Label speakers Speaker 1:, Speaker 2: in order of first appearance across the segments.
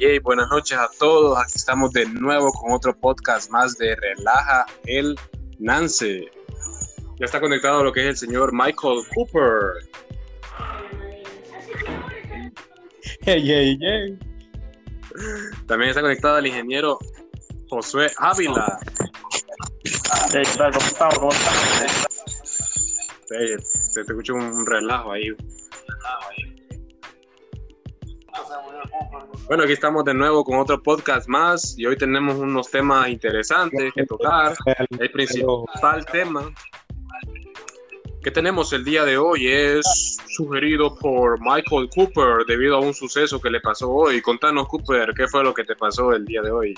Speaker 1: Hey, buenas noches a todos. Aquí estamos de nuevo con otro podcast más de Relaja el Nance. Ya está conectado lo que es el señor Michael Cooper.
Speaker 2: Hey, hey, hey.
Speaker 1: También está conectado el ingeniero Josué Ávila.
Speaker 3: Hey, ¿qué tal? ¿Cómo estamos? ¿Cómo estamos?
Speaker 1: Hey, te, te escucho un relajo ahí. Bueno, aquí estamos de nuevo con otro podcast más y hoy tenemos unos temas interesantes que tocar. El principal tema que tenemos el día de hoy es sugerido por Michael Cooper debido a un suceso que le pasó hoy. Contanos, Cooper, ¿qué fue lo que te pasó el día de hoy?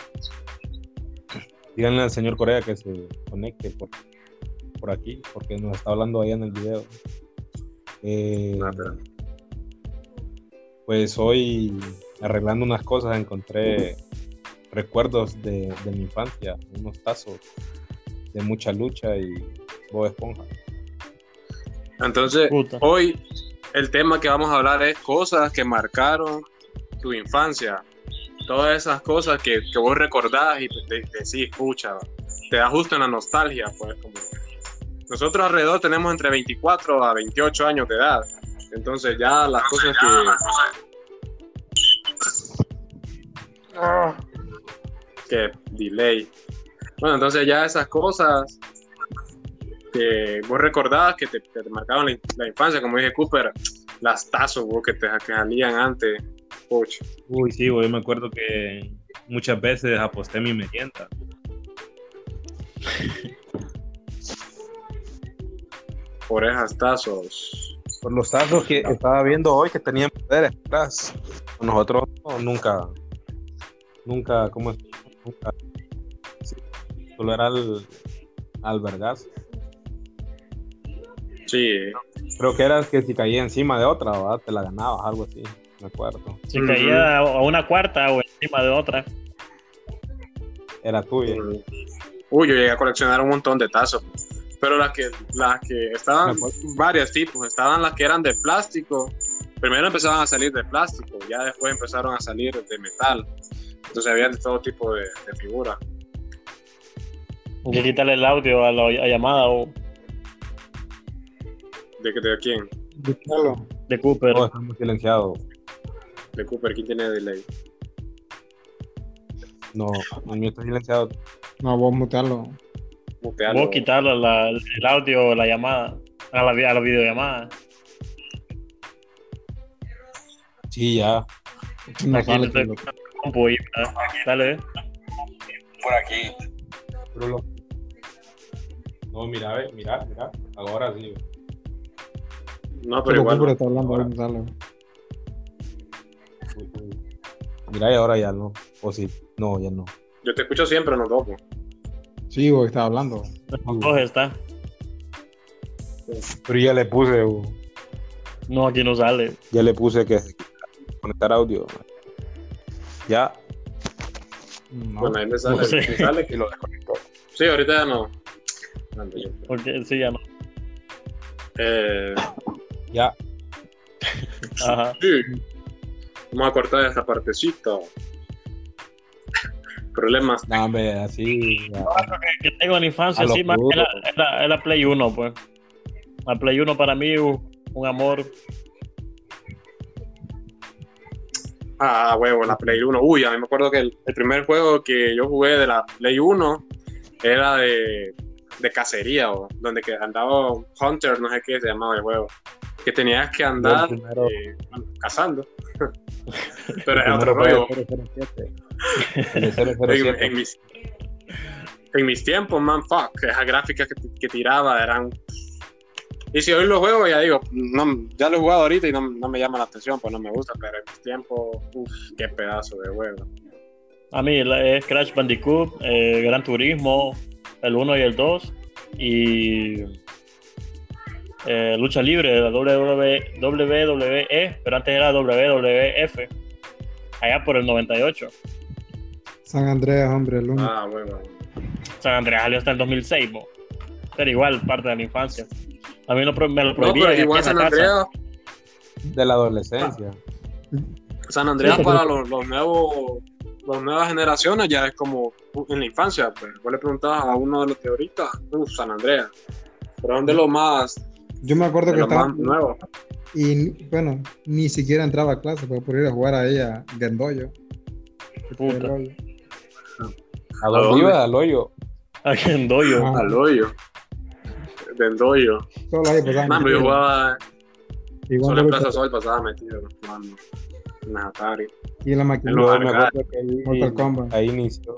Speaker 2: Díganle al señor Corea que se conecte por, por aquí, porque nos está hablando allá en el video. Eh,
Speaker 1: Ah, espera.
Speaker 2: pues hoy arreglando unas cosas encontré recuerdos de, de mi infancia, unos tazos de mucha lucha y Bob Esponja.
Speaker 1: Entonces,
Speaker 3: Puta.
Speaker 1: hoy el tema que vamos a hablar es cosas que marcaron tu infancia. Todas esas cosas que, que vos recordás y te, te decís, pucha, te da justo en la nostalgia. Pues, como- Nosotros alrededor tenemos entre 24 a 28 años de edad. Entonces ya las cosas que,
Speaker 3: Ah,
Speaker 1: que delay. Bueno, entonces ya esas cosas que vos recordás que te, que te marcaron la, in- la infancia, como dije Cooper, las tazos vos, que te que salían antes. Pucha.
Speaker 4: Uy, sí, güey, yo me acuerdo que muchas veces aposté mi merienda.
Speaker 1: por esas tazos.
Speaker 2: Por los tazos que estaba viendo hoy que tenían poderes atrás. Nosotros no, nunca, nunca, ¿cómo es? Nunca. sí, solo era al, al vergazo.
Speaker 1: Sí,
Speaker 2: Creo que era que si caía encima de otra, ¿verdad? te la ganabas, algo así, me acuerdo.
Speaker 3: se
Speaker 1: Ujú.
Speaker 3: caía a una cuarta o encima de otra.
Speaker 2: Era tuya.
Speaker 1: Uy, yo llegué a coleccionar un montón de tazos. Pero las que, las que
Speaker 2: Me
Speaker 1: estaban,
Speaker 2: acuerdo.
Speaker 1: varios tipos. Estaban las que eran de plástico. Primero empezaban a salir de plástico, ya después empezaron a salir de metal. Entonces había de todo tipo de, de figuras.
Speaker 3: Y quitarle el audio a la a llamada o
Speaker 1: ¿De, ¿De quién?
Speaker 3: de Cooper.
Speaker 2: Todos estamos silenciados.
Speaker 1: ¿De Cooper? ¿Quién tiene delay?
Speaker 2: No, el mío está silenciado.
Speaker 5: No, vos mutealo.
Speaker 1: Mutealo.
Speaker 3: Vos quitarle la- el audio a la llamada, a la, vi- a la videollamada.
Speaker 2: Sí, ya.
Speaker 5: No
Speaker 3: Aquí
Speaker 5: sale,
Speaker 3: te-
Speaker 5: tío.
Speaker 3: compu y- ah, Dale,
Speaker 2: Pero lo- No, mira, ve, mira, mira. Ahora sí.
Speaker 1: No, pero
Speaker 5: Pero
Speaker 1: igual.
Speaker 5: Cooper está hablando,
Speaker 1: ahora.
Speaker 5: ahí no sale.
Speaker 2: Uy, uy. Mira, y ahora ya no. O sí, no, ya no.
Speaker 1: Yo te escucho siempre en los dos. pues.
Speaker 5: Sí, vos está hablando.
Speaker 3: coge está.
Speaker 2: Pero ya le puse, u,
Speaker 3: No, aquí no sale.
Speaker 2: ya le puse que se- conectar audio. Ya.
Speaker 5: No.
Speaker 1: Bueno, ahí Pues me sale.
Speaker 3: No sé.
Speaker 1: me sale que-
Speaker 2: lo desconectó.
Speaker 1: Sí, ahorita ya no. Ando yo.
Speaker 3: Porque sí, ya no.
Speaker 1: Eh,
Speaker 2: Ya.
Speaker 3: Ajá.
Speaker 1: Sí. Vamos a cortar esta partecita. Problemas.
Speaker 2: No, hombre, así. ya.
Speaker 3: Que tengo en la infancia,
Speaker 2: A lo
Speaker 3: sí, más
Speaker 2: puro.
Speaker 3: era, era- era Play 1, pues. La Play 1 para mí, uh, un amor.
Speaker 1: Ah, huevo, la Play 1. Uy, a mí me acuerdo que el, el primer juego que yo jugué de la Play 1 era de, de cacería, o donde que andaba Hunter, no sé qué se llamaba el juego. Que tenías que andar
Speaker 2: El primero-
Speaker 1: eh, bueno, cazando. Pero
Speaker 2: el
Speaker 1: era otro
Speaker 2: primero
Speaker 1: juego.
Speaker 2: fue el 007. El de
Speaker 1: En,
Speaker 2: 007.
Speaker 1: en mis, en mis tiempos, man, fuck, esas gráficas que, que tiraba eran... Y si hoy lo juego, ya digo, no, ya lo he jugado ahorita y no, no me llama la atención, pues no me gusta, pero en mis tiempos, uff, qué pedazo de juego.
Speaker 3: A mí la- es Crash Bandicoot, eh, Gran Turismo, el 1 y el 2, y eh, Lucha Libre, la WW WWE, E, pero antes era WWF, allá por el 98.
Speaker 5: San Andreas, hombre, el uno.
Speaker 1: Ah, bueno.
Speaker 3: San Andreas salió hasta el 2006, bo. pero igual parte de la infancia. A mí lo pro- me lo
Speaker 1: No,
Speaker 3: prohibían
Speaker 1: pero
Speaker 3: aquí en
Speaker 1: igual
Speaker 3: la
Speaker 1: San
Speaker 3: casa.
Speaker 1: Andreas,
Speaker 2: De la adolescencia.
Speaker 1: San Andreas para los, los nuevos las nuevas generaciones ya es como en la infancia, pues vos le preguntabas a uno de los teoristas, uff, San Andreas, pero es de lo más,
Speaker 5: Yo me acuerdo
Speaker 1: de
Speaker 5: que
Speaker 1: lo
Speaker 5: estaba.
Speaker 1: más nuevo.
Speaker 5: Y bueno, ni siquiera entraba a clase para poder ir a jugar ahí a Gandoyo.
Speaker 3: Puta.
Speaker 2: ¿A dónde
Speaker 1: dónde?
Speaker 2: iba? Al hoyo.
Speaker 3: Aquí en Doyo.
Speaker 5: Ajá.
Speaker 1: Al hoyo, del doyo.
Speaker 5: Solo ahí pasaban.
Speaker 1: Man, pero yo jugaba
Speaker 5: Igual
Speaker 1: solo en
Speaker 5: solo-
Speaker 1: Plaza Sol, pasaba metido, jugando en las Atari.
Speaker 5: Y en la máquina.
Speaker 1: Lo-
Speaker 2: Yo me
Speaker 1: arcade.
Speaker 2: acuerdo que ahí,
Speaker 5: Mortal Kombat.
Speaker 2: ahí inició.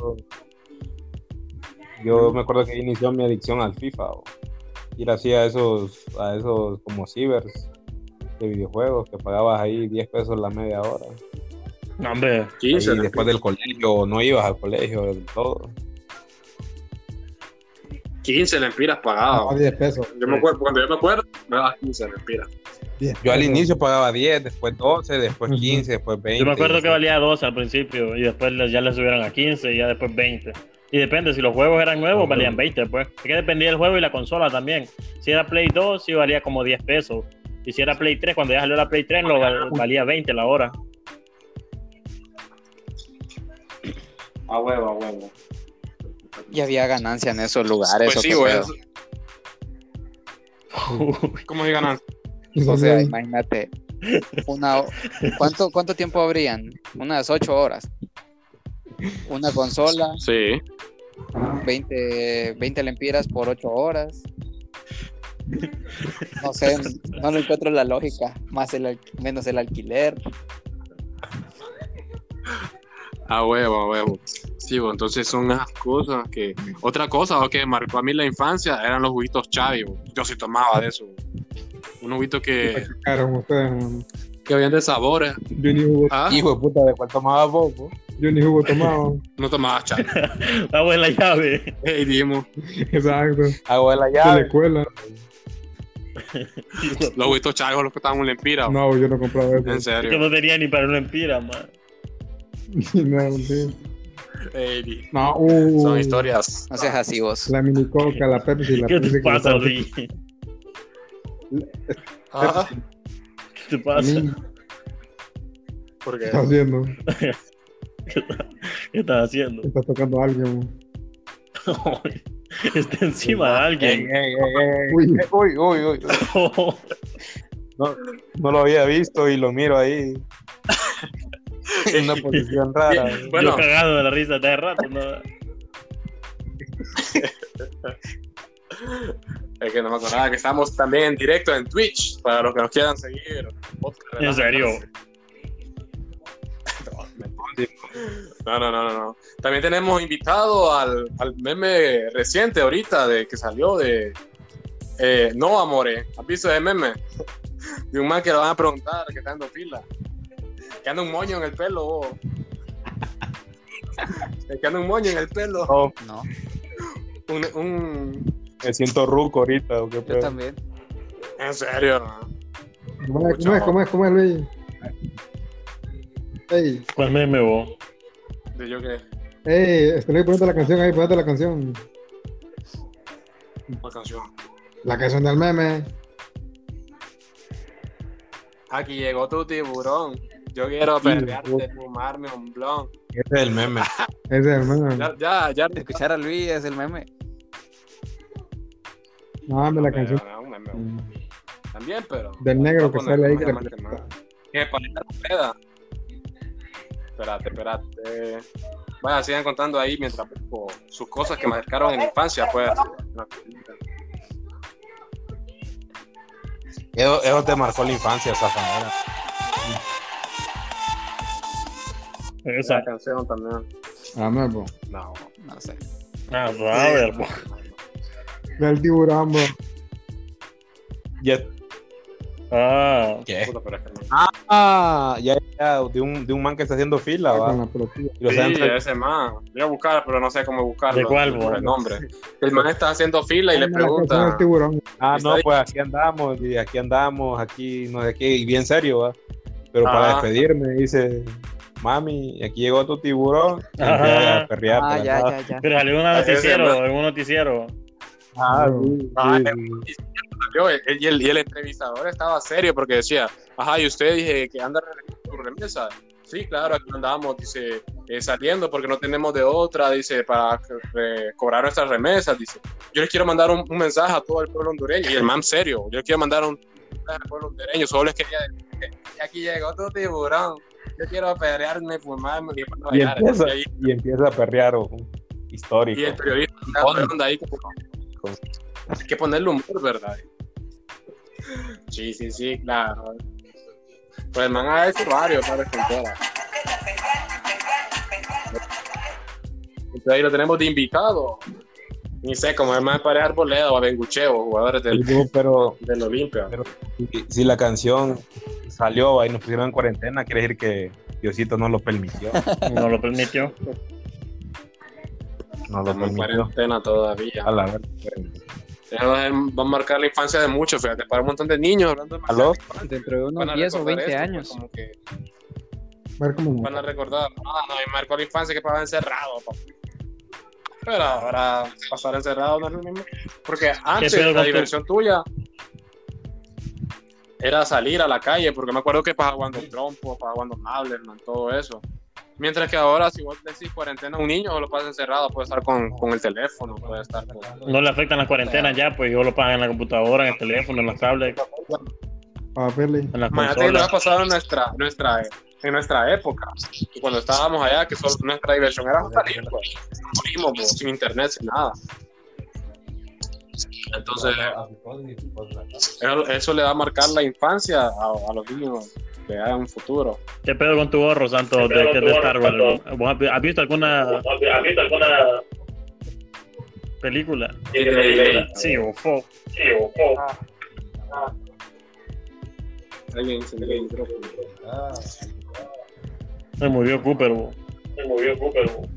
Speaker 2: Yo me acuerdo que ahí inició mi adicción al FIFA. o. Ir así a esos, a esos como cibers de videojuegos que pagabas ahí 10 pesos la media hora.
Speaker 3: No, hombre.
Speaker 1: 15,
Speaker 2: Ahí
Speaker 1: ¿no?
Speaker 2: después del colegio, o no ibas al colegio, del todo.
Speaker 1: 15 lempiras
Speaker 5: A
Speaker 1: pagaba.
Speaker 5: 10 pesos.
Speaker 1: Yo me acuerdo, cuando yo me acuerdo, me dabas 15 lempiras.
Speaker 5: 10
Speaker 2: Yo al
Speaker 5: pesos.
Speaker 2: inicio pagaba 10, después 12, después
Speaker 5: Ujú.
Speaker 2: 15, después 20.
Speaker 3: Yo me acuerdo que valía 12 al principio y después le- ya le subieron a 15 y ya después 20. Y depende, si los juegos eran
Speaker 5: Ah,
Speaker 3: nuevos,
Speaker 2: Hombre.
Speaker 3: valían 20, pues. Es que dependía del juego y la consola también. Si era Play 2, sí valía como 10 pesos. Y si era Play 3, cuando ya salió la Play 3, lo val- valía 20 la hora.
Speaker 1: A huevo, a huevo.
Speaker 6: Y había ganancia en esos lugares.
Speaker 1: Pues
Speaker 6: o
Speaker 1: sí,
Speaker 6: qué
Speaker 1: güey.
Speaker 6: pedo.
Speaker 1: ¿Cómo se ganan?
Speaker 5: Y
Speaker 6: O
Speaker 5: solo
Speaker 6: sea,
Speaker 5: ahí.
Speaker 6: imagínate. Una, ¿cuánto, ¿Cuánto tiempo habrían? Unas 8 horas. Una consola,
Speaker 1: Sí.
Speaker 6: 20, 20 lempiras por 8 horas. No sé, no le encuentro la lógica. Más el, al- menos el alquiler.
Speaker 1: A huevo, a huevo. Sí, bo, entonces son esas cosas que... Otra cosa o que marcó a mí la infancia eran los juguitos Chavi. bo. Yo sí tomaba de eso. bo. Unos juguitos que,
Speaker 5: Claro, ustedes, mano.
Speaker 1: que habían de sabores.
Speaker 5: Yo ni jugo,
Speaker 1: Ah,
Speaker 2: Hijo de puta, ¿de cuál tomabas vos? po?
Speaker 5: yo ni jugo tomaba.
Speaker 1: no tomaba Chavi.
Speaker 3: Vamos en la llave.
Speaker 1: Ey, dijimos,
Speaker 5: Exacto. De
Speaker 2: Agua de la
Speaker 5: la
Speaker 2: llave.
Speaker 5: escuela.
Speaker 1: los juguitos Chavi son los que estaban en Lempira. bo.
Speaker 5: No, yo no compraba
Speaker 1: En
Speaker 5: eso.
Speaker 3: Yo
Speaker 1: serio.
Speaker 3: no tenía ni para una empira, man.
Speaker 5: No, sí.
Speaker 1: Ey, di-
Speaker 5: No, uh,
Speaker 1: son historias.
Speaker 6: No seas así vos.
Speaker 5: La mini coca, la Pepsi, la
Speaker 3: ¿Qué
Speaker 5: Pepsi
Speaker 3: te
Speaker 5: que
Speaker 3: pasa,
Speaker 5: estaba-
Speaker 3: Luis? ¿Qué
Speaker 1: Ah,
Speaker 3: te
Speaker 5: la
Speaker 3: pasa?
Speaker 5: mini,
Speaker 1: porque
Speaker 5: ¿Qué está haciendo?
Speaker 3: ¿Qué estás haciendo?
Speaker 5: Está tocando a alguien. mo.
Speaker 3: Está encima de
Speaker 5: eh.
Speaker 3: alguien.
Speaker 2: Ey, ey, ey, ey.
Speaker 5: Uy,
Speaker 2: Uy, uy, uy. No lo había visto y lo miro ahí. en una posición
Speaker 1: Ah,
Speaker 2: rara.
Speaker 1: Bueno.
Speaker 3: Yo cagado de la risa de rato, ¿no?
Speaker 1: es que no me acordaba que estamos también en directo en Twitch para los que nos quieran seguir. Podcast,
Speaker 3: En serio.
Speaker 1: No, no, no, no, no. También tenemos invitado al, al meme reciente ahorita de que salió de eh, No Amore. ¿Has visto ese meme? De un man que lo van a preguntar que está dando fila. Que anda un moño en el pelo. bo. Que anda un moño en el pelo.
Speaker 2: No,
Speaker 6: No,
Speaker 1: Un, un-
Speaker 2: me siento ruco ahorita. ¿o qué
Speaker 6: yo
Speaker 2: pedo?
Speaker 6: también.
Speaker 1: En serio. no?
Speaker 5: ¿Cómo es, cómo es, cómo es, cómo es, Luis? Ey,
Speaker 3: ¿Cuál meme vos?
Speaker 1: De yo que
Speaker 5: ey, Estelé, ponete la canción ahí, ponete la canción.
Speaker 1: la canción.
Speaker 5: La canción del meme.
Speaker 1: Aquí llegó tu tiburón. Yo quiero perrearte, fumarme un blon.
Speaker 2: Ese es el meme.
Speaker 5: Ese es el meme.
Speaker 1: Ya, ya, ya.
Speaker 6: Escuchar a Luis es el meme.
Speaker 5: No, dame la canción.
Speaker 1: No, no, no, no. También, pero.
Speaker 5: Del negro que
Speaker 1: Voy a
Speaker 5: sale ahí. Que
Speaker 1: poner
Speaker 5: le-
Speaker 1: una más que más. Que paleta rueda. Espérate, espérate. Vaya, sigan contando ahí mientras busco sus cosas que marcaron en la infancia, pues.
Speaker 2: Eso, eso te marcó la infancia, Zafanera.
Speaker 1: Esa
Speaker 3: Esa.
Speaker 1: canción también.
Speaker 5: Ah, no, po.
Speaker 1: No.
Speaker 6: No sé.
Speaker 3: Ah, saber,
Speaker 1: No,
Speaker 3: po.
Speaker 5: Del tiburón, pues, po.
Speaker 2: Ya,
Speaker 3: Ah,
Speaker 2: ¿qué?
Speaker 1: puta, pero es que no.
Speaker 2: Ah, ya, ya, de un, de un man que está haciendo
Speaker 1: Ah,
Speaker 2: fila,
Speaker 5: Con
Speaker 2: va.
Speaker 5: la pelotilla.
Speaker 2: Y lo está
Speaker 1: Sí,
Speaker 2: entre-
Speaker 1: ese man. Voy a buscar, pero no sé cómo buscarlo.
Speaker 3: ¿De cuál,
Speaker 1: por
Speaker 3: vos?
Speaker 1: el nombre. El man está haciendo fila y le
Speaker 5: Dame la canción
Speaker 1: pregunta.
Speaker 5: del tiburón.
Speaker 2: Ah,
Speaker 1: está
Speaker 2: no,
Speaker 1: ahí.
Speaker 2: pues aquí andamos, y aquí andamos, aquí, no sé qué, y bien serio, va. Pero para
Speaker 1: Ah.
Speaker 2: despedirme, dice, mami, aquí llegó tu tiburón. Y
Speaker 3: Ajá.
Speaker 2: empieza a perrear pues,
Speaker 6: Ah,
Speaker 2: por
Speaker 6: ya,
Speaker 2: acá.
Speaker 6: ya, ya.
Speaker 3: pero salió en un
Speaker 1: Ah, ese
Speaker 3: noticiero,
Speaker 1: man.
Speaker 3: en un noticiero.
Speaker 2: Ah, sí, sí,
Speaker 1: Ah,
Speaker 2: sí.
Speaker 1: Yo, el- el- y, el, y el entrevistador estaba serio porque decía, ajá, y usted dije que anda su remesa. Sí, claro, aquí andábamos, dice, eh, saliendo porque no tenemos de otra, dice, para eh, cobrar nuestras remesas, dice. Yo les quiero mandar un, un mensaje a todo el pueblo hondureño, y el man serio, yo les quiero mandar un mensaje al pueblo hondureño, solo les quería decir, que aquí llegó tu tiburón, yo quiero pelearme, fumarme, y, bueno,
Speaker 2: Y
Speaker 1: bailar",
Speaker 2: empieza,
Speaker 1: y ahí-
Speaker 2: y empieza a perrear oh, histórico.
Speaker 1: y el periodista está hablando ahí como- Hay que ponerle humor, ¿verdad? Sí, sí, sí, claro. Pues el man ha hecho varios, varios fronteras. Entonces ahí lo tenemos de invitado. Ni sé, como el man parece Arboleda o a Bengucheo, jugadores del,
Speaker 2: Digo, Pero
Speaker 1: del Olimpia.
Speaker 2: si, si la canción salió ahí nos pusieron en cuarentena, quiere decir que Diosito no lo permitió.
Speaker 3: No lo permitió.
Speaker 2: No lo
Speaker 1: Estamos en
Speaker 2: permitió.
Speaker 1: cuarentena todavía.
Speaker 2: A la pues. ver-
Speaker 1: Eso va a marcar la infancia de muchos, fíjate, para un montón de niños hablando de
Speaker 2: ¿Aló?
Speaker 6: Dentro de
Speaker 1: van a
Speaker 6: unos 10 o
Speaker 1: recordar
Speaker 6: 20
Speaker 1: esto, pues,
Speaker 6: años.
Speaker 1: como que-
Speaker 5: Ver cómo.
Speaker 1: van a recordar, ah, no, y marcó la infancia que pasaba encerrado, papi. Pero ahora pasar encerrado no es lo mismo. Porque antes
Speaker 3: pedo
Speaker 1: la
Speaker 3: con tu-
Speaker 1: diversión tuya era salir a la calle, porque me acuerdo que pasaba jugando trompo, pasaba jugando Mablerman, todo eso. Mientras que ahora, si vos decís cuarentena a un niño, o lo pasa encerrado, puede estar con, con el teléfono, puede estar con...
Speaker 3: No le afectan las cuarentenas ya, pues yo lo pagan en la computadora, en el teléfono, en las tablets,
Speaker 5: A verle.
Speaker 3: en las
Speaker 1: Imagínate que lo ha
Speaker 3: consolas.
Speaker 1: pasado en nuestra, nuestra, en nuestra época, que cuando estábamos allá, que solo nuestra diversión era salir, pues, morimos, pues, sin internet, sin nada. Entonces, eso, eso le va a marcar la infancia a, a los niños que hay en un futuro.
Speaker 3: ¿Qué pedo con tu gorro, Santo,
Speaker 7: ¿Qué pedo
Speaker 3: de,
Speaker 7: con
Speaker 3: que es
Speaker 7: tu
Speaker 3: de
Speaker 7: gorro,
Speaker 3: Star Wars?
Speaker 7: Santo?
Speaker 3: ¿Vos has- has visto alguna
Speaker 7: ¿Has visto alguna
Speaker 3: película?
Speaker 7: increíble?
Speaker 3: Sí, o fo.
Speaker 7: Sí, o o-
Speaker 1: Alguien se le micrófono.
Speaker 3: Se murió Cooper, bo.
Speaker 7: se movió Cooper. o-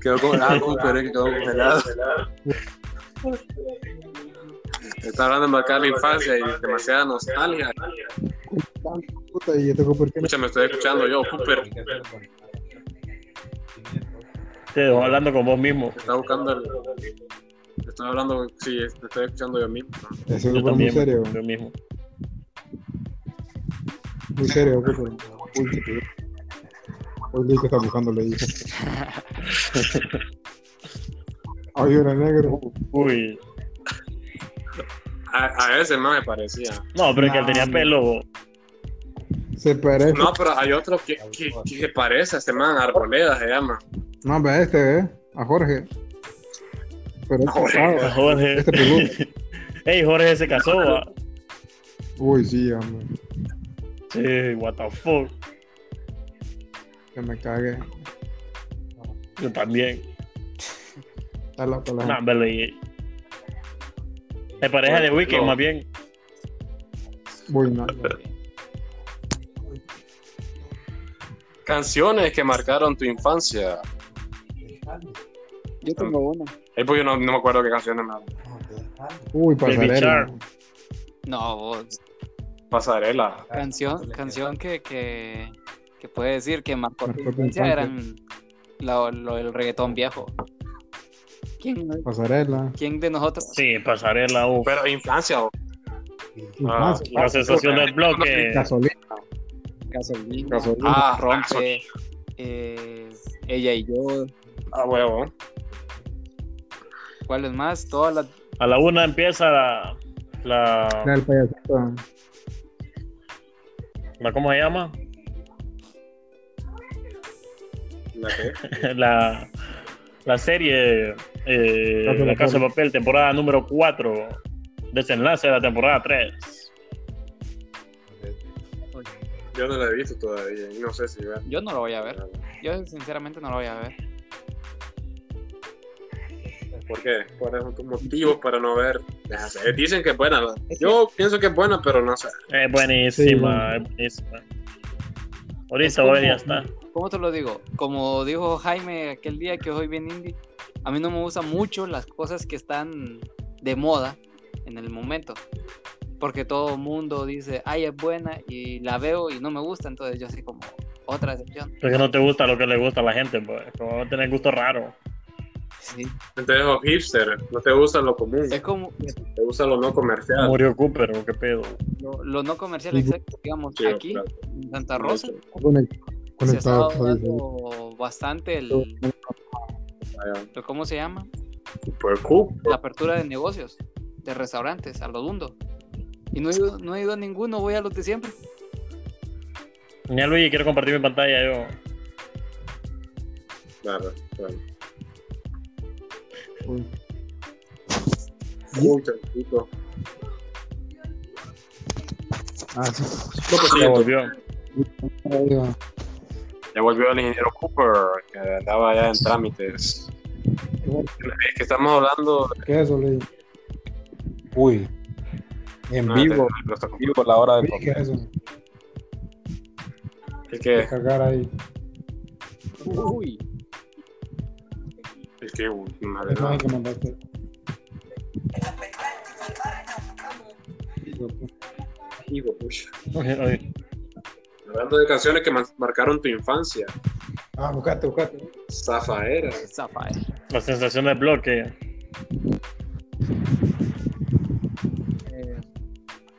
Speaker 1: Quedó con ah, Cooper, eh, que quedó congelado. Está hablando de marcar la infancia y demasiada nostalgia.
Speaker 5: Puta, y esto, ¿por qué no?
Speaker 1: Escucha, me estoy escuchando yo, Cooper.
Speaker 3: Te dejó hablando con vos mismo.
Speaker 1: Está buscando el. Estoy hablando, sí, estoy escuchando yo mismo.
Speaker 5: Eso
Speaker 3: Yo
Speaker 5: es muy
Speaker 3: también,
Speaker 5: serio,
Speaker 3: yo mismo.
Speaker 5: muy serio. Cooper. Uy, qué pedo. Hoy Lico está buscándole ahí. Ay, era negro.
Speaker 3: Uy.
Speaker 1: A, a ese más me parecía.
Speaker 3: No, pero es que él
Speaker 5: Nah,
Speaker 3: tenía
Speaker 5: no.
Speaker 3: pelo, bo.
Speaker 5: Se parece.
Speaker 1: No, pero hay otro que, que, que se parece a este man, Arboleda se llama.
Speaker 5: No, ve a este, ¿eh? A Jorge. Pero es
Speaker 1: Jorge.
Speaker 5: casado.
Speaker 3: Jorge.
Speaker 5: Este peludo.
Speaker 3: Ey, Jorge se casó, bo.
Speaker 5: Uy, sí, hombre.
Speaker 3: Sí, Eh, what the fuck.
Speaker 5: Que me cague.
Speaker 3: Yo también.
Speaker 5: Está la palabra.
Speaker 3: Nah, hombre, leí. Es pareja de Weekend,
Speaker 1: No.
Speaker 3: más bien.
Speaker 5: Uy, no.
Speaker 1: Canciones que marcaron tu infancia.
Speaker 6: Yo tengo una.
Speaker 1: Es porque no, no me acuerdo qué canciones me
Speaker 5: Uy, pasarela.
Speaker 3: Shark.
Speaker 6: No, vos,
Speaker 1: Pasarela.
Speaker 6: canción, canción que, que, que puede decir que marcó tu
Speaker 5: Marcó tu
Speaker 6: infancia
Speaker 5: infancia.
Speaker 6: eran la- lo, el reggaetón viejo. ¿Quién,
Speaker 5: Pasarela.
Speaker 6: quién de nosotros?
Speaker 3: Sí, pasarela, bo.
Speaker 1: Pero infancia, o- Ah,
Speaker 5: Más.
Speaker 3: La sensación del bloque.
Speaker 5: Ah, Gasolina.
Speaker 6: Gasolina,
Speaker 5: Gasolina.
Speaker 1: Ah,
Speaker 6: Rompe, eh, Ella y yo,
Speaker 1: ah, huevo.
Speaker 6: ¿cuál es más? Todas las...
Speaker 3: A la una empieza la.
Speaker 5: Era
Speaker 3: la,
Speaker 5: el payasito.
Speaker 3: la- ¿Cómo se llama?
Speaker 1: ¿La qué?
Speaker 3: La, la serie eh,
Speaker 5: Casa de
Speaker 3: La Casa de
Speaker 5: Papel.
Speaker 3: Papel, temporada número 4. Desenlace de la temporada 3.
Speaker 1: Yo no la he visto todavía, y no sé si ver.
Speaker 6: Yo no lo voy a ver. Yo sinceramente no lo voy a ver.
Speaker 1: ¿Por qué? ¿Cuáles son tus motivos para no ver? Ya sé, Dicen que es buena. ¿no? Yo pienso que es buena, pero no sé.
Speaker 3: Es buenísima, es buenísima. Ahorita
Speaker 6: como-
Speaker 3: hoy ya está.
Speaker 6: ¿Cómo te lo digo? Como dijo Jaime aquel día que hoy bien indie, a mí no me gustan mucho las cosas que están de moda en el momento. Porque todo el mundo dice, ay, es buena y la veo y no me gusta, entonces yo así como otra excepción.
Speaker 3: Porque no te gusta lo que le gusta a la gente, pues. Como tener gusto raro.
Speaker 6: Sí.
Speaker 1: Entonces, o hipster, no te gusta lo común,
Speaker 6: Es como
Speaker 1: te gusta lo no comercial.
Speaker 3: Murió Cooper, ¿o qué pedo?
Speaker 6: lo, lo no comercial,
Speaker 5: Ujú.
Speaker 6: exacto, digamos,
Speaker 1: Sí,
Speaker 6: aquí
Speaker 1: claro.
Speaker 6: en Santa Rosa se estaba
Speaker 5: Conectado todo el-
Speaker 6: hablando bastante el, el- ¿cómo se llama?
Speaker 1: Pues cool.
Speaker 6: La apertura de negocios, de restaurantes, a lo dundo. Y no he ido, no he ido a ninguno, voy a los de siempre.
Speaker 3: Ya Luigi, quiero compartir mi pantalla yo.
Speaker 1: Claro, claro.
Speaker 5: Uy.
Speaker 1: Uy, tranquilo.
Speaker 5: Ah, sí,
Speaker 3: Se volvió.
Speaker 5: ahí va.
Speaker 1: Ya volvió el ingeniero Cooper, que andaba ya en trámites. Es que estamos hablando
Speaker 5: ¿Qué es eso, Luis?
Speaker 2: Uy. En
Speaker 1: Ah,
Speaker 2: vivo,
Speaker 1: te- lo está-
Speaker 2: en vivo la hora del
Speaker 5: ¿Qué es eso?
Speaker 1: El que,
Speaker 5: Cagar ahí.
Speaker 6: Uy,
Speaker 1: el que, uy, madre,
Speaker 5: Eso
Speaker 1: no.
Speaker 5: es que mandaste.
Speaker 1: Hijo, pucha.
Speaker 3: Oye, oye.
Speaker 1: Hablando de canciones que mar- marcaron tu infancia.
Speaker 5: Ah, buscate, buscate.
Speaker 1: Zafaera.
Speaker 6: zafa, eh.
Speaker 3: La sensación del bloque.
Speaker 6: Eh,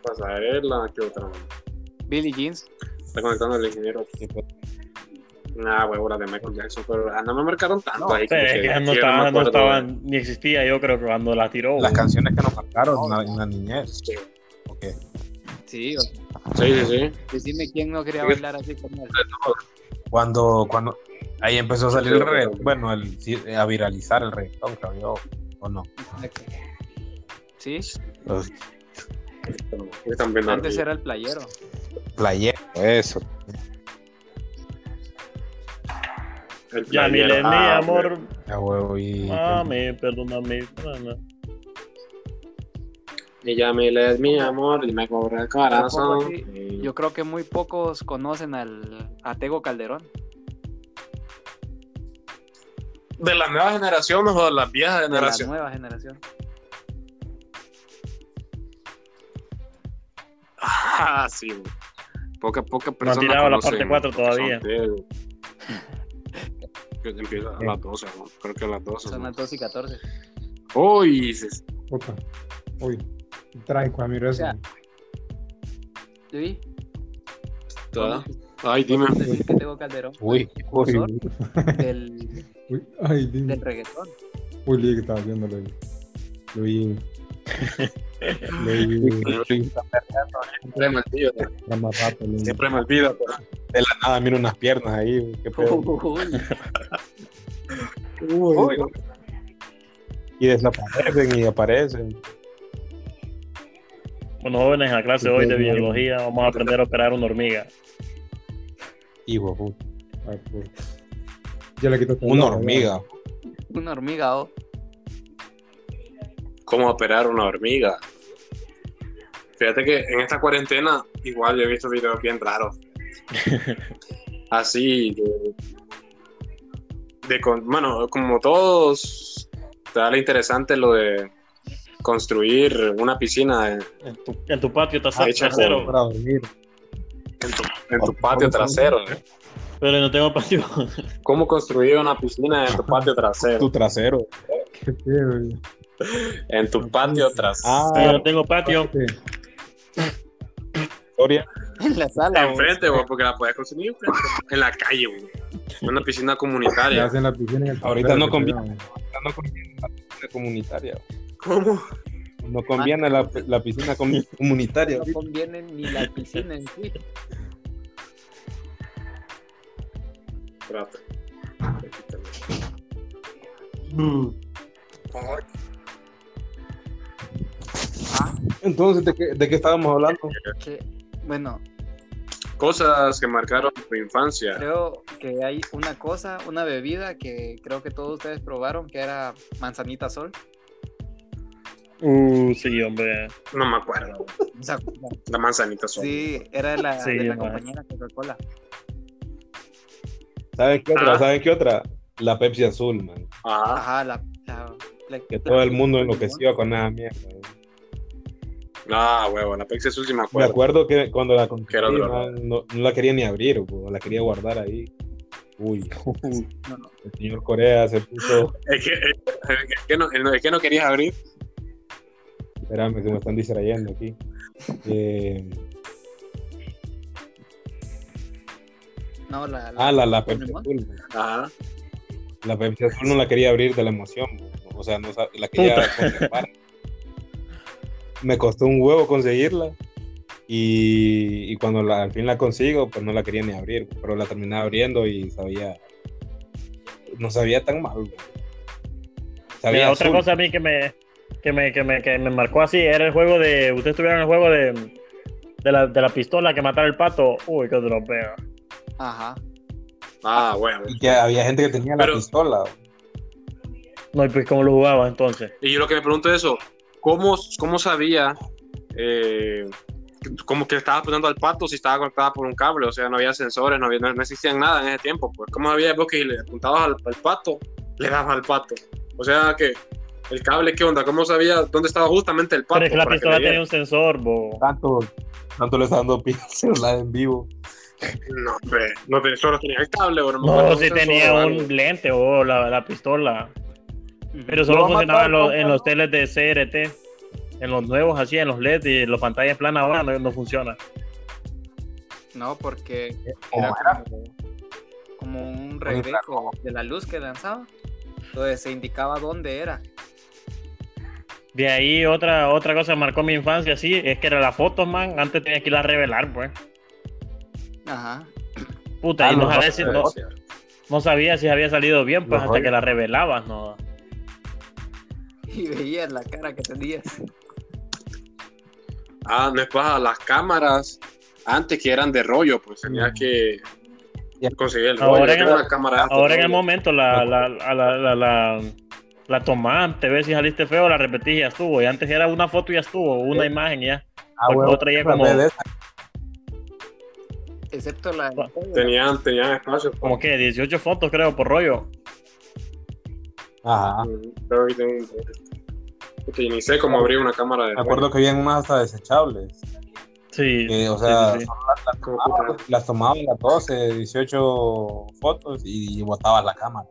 Speaker 1: Pasarela, ¿qué otra?
Speaker 6: Billy Jeans,
Speaker 1: Está conectando el ingeniero. Nah, huevo, la de Michael Jackson, pero ah, no me marcaron tanto ahí.
Speaker 3: Pero
Speaker 1: como
Speaker 3: es
Speaker 1: que-
Speaker 3: que no
Speaker 1: que yo me
Speaker 3: estaba, no
Speaker 1: acuerdo.
Speaker 3: estaba, ni existía yo creo que cuando la tiró.
Speaker 2: Las
Speaker 3: güey.
Speaker 2: canciones que nos marcaron en, la, en la niñez.
Speaker 1: Sí,
Speaker 2: Ok.
Speaker 6: sí, o-
Speaker 1: sí, sí.
Speaker 6: decime quién no quería bailar así con él.
Speaker 2: Cuando, cuando ahí empezó a salir el reggaetón, bueno, el, sí, a viralizar el reggaetón, creo yo, o no.
Speaker 6: Exacto. Sí,
Speaker 1: sí. Están viendo
Speaker 6: antes
Speaker 1: aquí.
Speaker 6: era el playero.
Speaker 2: Playero, eso.
Speaker 1: El
Speaker 3: Ya ni le
Speaker 1: playero.
Speaker 3: mi
Speaker 1: Ah,
Speaker 3: amor.
Speaker 2: A huevo y...
Speaker 3: Mami, perdóname. perdóname.
Speaker 1: Y ya me le mi amor y me cobra el corazón.
Speaker 6: Tampoco Yo creo que muy pocos conocen al a Tego Calderón.
Speaker 1: ¿De la nueva generación o de la vieja
Speaker 6: de la
Speaker 1: generación?
Speaker 6: nueva generación.
Speaker 1: Ah, sí. güey. Poca, poca
Speaker 3: No han
Speaker 1: persona
Speaker 3: tirado la
Speaker 1: conocen
Speaker 3: parte cuatro
Speaker 1: lo que son
Speaker 3: todavía.
Speaker 1: Tego. Que empieza a las 12, ¿no? creo que a las 12.
Speaker 6: Son
Speaker 1: ¿no?
Speaker 6: las 2 y 14.
Speaker 1: Uy, se-
Speaker 5: Opa. Uy. Trágico, amigo, eso.
Speaker 6: Ya. ¿Sí?
Speaker 1: está. Ay, dime.
Speaker 6: Decir que Tego Calderón
Speaker 2: Uy,
Speaker 5: Uy,
Speaker 6: precursor del,
Speaker 5: uy, ay, dime.
Speaker 6: del reggaetón.
Speaker 5: Uy, Luis, que estaba viendo, Luis. Luis. Luis.
Speaker 1: Siempre me olvido.
Speaker 5: era más rato, Luis.
Speaker 1: Siempre me olvido. pero-
Speaker 2: de la nada miro unas piernas ahí, güey, qué pedo.
Speaker 6: Uy,
Speaker 5: Uy,
Speaker 1: Uy,
Speaker 2: Y desaparecen y aparecen.
Speaker 3: Unos jóvenes en la clase hoy de biología vamos a aprender a operar una hormiga.
Speaker 2: Hijo, de puta.
Speaker 5: ay, por- Ya le quito
Speaker 2: una hormiga.
Speaker 6: una hormiga, oh.
Speaker 1: cómo operar una hormiga. Fíjate que en esta cuarentena igual yo he visto videos bien raros. Así de, de con- bueno, como todos te da lo interesante lo de construir una piscina en,
Speaker 3: En tu, en tu patio está
Speaker 1: Ah, hecha
Speaker 3: trasero.
Speaker 2: Para dormir.
Speaker 1: en tu, en tu patio trasero. ¿eh?
Speaker 3: Pero no tengo patio.
Speaker 1: ¿Cómo construir una piscina en tu patio trasero?
Speaker 2: Tu trasero.
Speaker 5: Qué feo, Luis.
Speaker 1: En tu patio
Speaker 3: Yo
Speaker 1: trasero.
Speaker 3: no tengo patio.
Speaker 5: Sí.
Speaker 2: Gloria.
Speaker 6: En la sala, oh.
Speaker 1: Enfrente, güey, porque la puedes construir enfrente, en la calle, güey. Una piscina
Speaker 5: Ya
Speaker 1: comunitaria.
Speaker 5: hacen la piscina en el
Speaker 2: Ahorita no
Speaker 5: que
Speaker 2: conviene.
Speaker 5: te dan.
Speaker 2: No conviene la piscina comunitaria. güey.
Speaker 1: ¿Cómo?
Speaker 2: No conviene la, la piscina comu- comunitaria.
Speaker 6: No conviene ni la piscina en sí.
Speaker 1: Espérate.
Speaker 2: Entonces, ¿de qué, de qué estábamos hablando?
Speaker 6: Que, bueno,
Speaker 1: Cosas que marcaron tu infancia.
Speaker 6: creo que hay una cosa, una bebida que creo que todos ustedes probaron, que era manzanita sol.
Speaker 3: Uh, sí, hombre.
Speaker 1: No me acuerdo.
Speaker 6: O sea,
Speaker 1: La manzanita sola.
Speaker 6: sí, era de la,
Speaker 3: Sí,
Speaker 6: de la
Speaker 3: ma.
Speaker 6: compañera Coca-Cola.
Speaker 2: ¿Saben qué otra?
Speaker 1: Ah.
Speaker 2: ¿Saben qué otra? La Pepsi azul, man.
Speaker 1: Ajá.
Speaker 6: Ajá, la... la- la-
Speaker 2: Que
Speaker 6: la-
Speaker 2: todo el mundo enloqueció con esa mierda. güey.
Speaker 1: Ah, huevo, la Pepsi azul sí me
Speaker 2: Me
Speaker 1: acuerdo.
Speaker 2: acuerdo que cuando la compré,
Speaker 1: Que era otra.
Speaker 2: man, no, no la quería ni abrir, güey, la quería guardar ahí. Uy,
Speaker 6: No, no.
Speaker 2: el señor Corea se puso.
Speaker 1: Es que, es que- es que no, es que no querías abrir.
Speaker 2: Espérame, que me están distrayendo aquí. Eh,
Speaker 6: No, la, la-
Speaker 2: Ah, la, la Pepsi
Speaker 6: Pokémon.
Speaker 2: Azul. güey.
Speaker 1: Ajá.
Speaker 2: La Pepsi Azul no la quería abrir de la emoción. güey. O sea, no sab- la quería conservar. Me costó un huevo conseguirla. Y, y cuando la- al fin la consigo, pues no la quería ni abrir. güey, Pero la terminaba abriendo y sabía. No sabía tan mal. güey. Sabía
Speaker 3: Mira, otra
Speaker 2: azul.
Speaker 3: cosa a mí que me, que, me, que, me, que me marcó así era el juego de. Ustedes tuvieron el juego de, de, la, de la pistola que matara el pato. Uy, qué dropea.
Speaker 6: Ajá.
Speaker 1: Ah, bueno.
Speaker 2: Y que había gente que tenía
Speaker 1: Pero-
Speaker 2: la pistola.
Speaker 3: No, y pues cómo lo jugabas entonces.
Speaker 1: Y yo lo que me pregunto es eso, ¿cómo, cómo sabía eh, como que estaba apuntando al pato si estaba conectada por un cable? O sea, no había sensores, no, había, no, no existían nada en ese tiempo. Pues, ¿Cómo había vos que si le apuntabas al, al pato, le dabas al pato? O sea, que el cable, ¿qué onda? ¿Cómo sabía dónde estaba justamente el pato?
Speaker 3: Pero es que la
Speaker 1: para que
Speaker 3: pistola
Speaker 1: le
Speaker 3: tenía un sensor, bo.
Speaker 2: Tanto, tanto le está dando pila al celular en vivo.
Speaker 1: diera? No, hombre, no te- solo tenía el cable. Bueno,
Speaker 3: No, sí tenía un lente, o la, la pistola. Pero solo
Speaker 1: Lo va a
Speaker 3: funcionaba
Speaker 1: matar,
Speaker 3: en los, en
Speaker 1: compa.
Speaker 3: los teles de CRT. En los nuevos, así, en los LED y en los pantallas planas ahora no, no funciona.
Speaker 6: No, porque
Speaker 2: ¿Cómo
Speaker 6: era, Como, como un reflejo de la luz que lanzaba. Entonces se indicaba dónde era.
Speaker 3: De ahí otra, otra cosa que marcó mi infancia, sí, es que era las fotos, man. Antes tenía que ir a revelar, pues.
Speaker 6: Ajá.
Speaker 3: Puta,
Speaker 2: Ah,
Speaker 3: y no,
Speaker 2: los
Speaker 3: sabía
Speaker 2: dos,
Speaker 3: si,
Speaker 2: eh,
Speaker 3: no, no sabía si había salido bien, pues
Speaker 2: Los
Speaker 3: hasta que
Speaker 2: rollos.
Speaker 3: la revelabas, ¿no?
Speaker 6: Y veías la cara que tenías.
Speaker 1: Ah, no es paja, las cámaras antes que eran de rollo, pues tenías que
Speaker 2: Ya.
Speaker 1: conseguir el rollo.
Speaker 3: Ahora
Speaker 1: Yo
Speaker 3: en
Speaker 1: tengo
Speaker 3: el-
Speaker 1: una cámara antes,
Speaker 3: Ahora en el
Speaker 1: rollo.
Speaker 3: momento la, la, la, la, la, la, la tomás, te ves si saliste feo, la repetís y ya estuvo. Y antes era una foto y ya estuvo, una imagen y ya.
Speaker 2: Ah,
Speaker 3: Porque
Speaker 2: huevo,
Speaker 3: vos traías como-
Speaker 2: de esa,
Speaker 6: Excepto la.
Speaker 1: Tenían, tenían espacio. pues.
Speaker 3: Como que 18 fotos, creo, por rollo.
Speaker 2: Ajá.
Speaker 1: Mm, Creo que tengo un- Puta, y ni sé cómo abrir una cámara de
Speaker 2: Me acuerdo que habían unas hasta desechables.
Speaker 3: Sí.
Speaker 2: que, o sea,
Speaker 3: sí, sí, sí.
Speaker 1: Como
Speaker 2: tomaba-
Speaker 1: puta.
Speaker 2: las tomaba las 12, 18 fotos y botabas la cámara.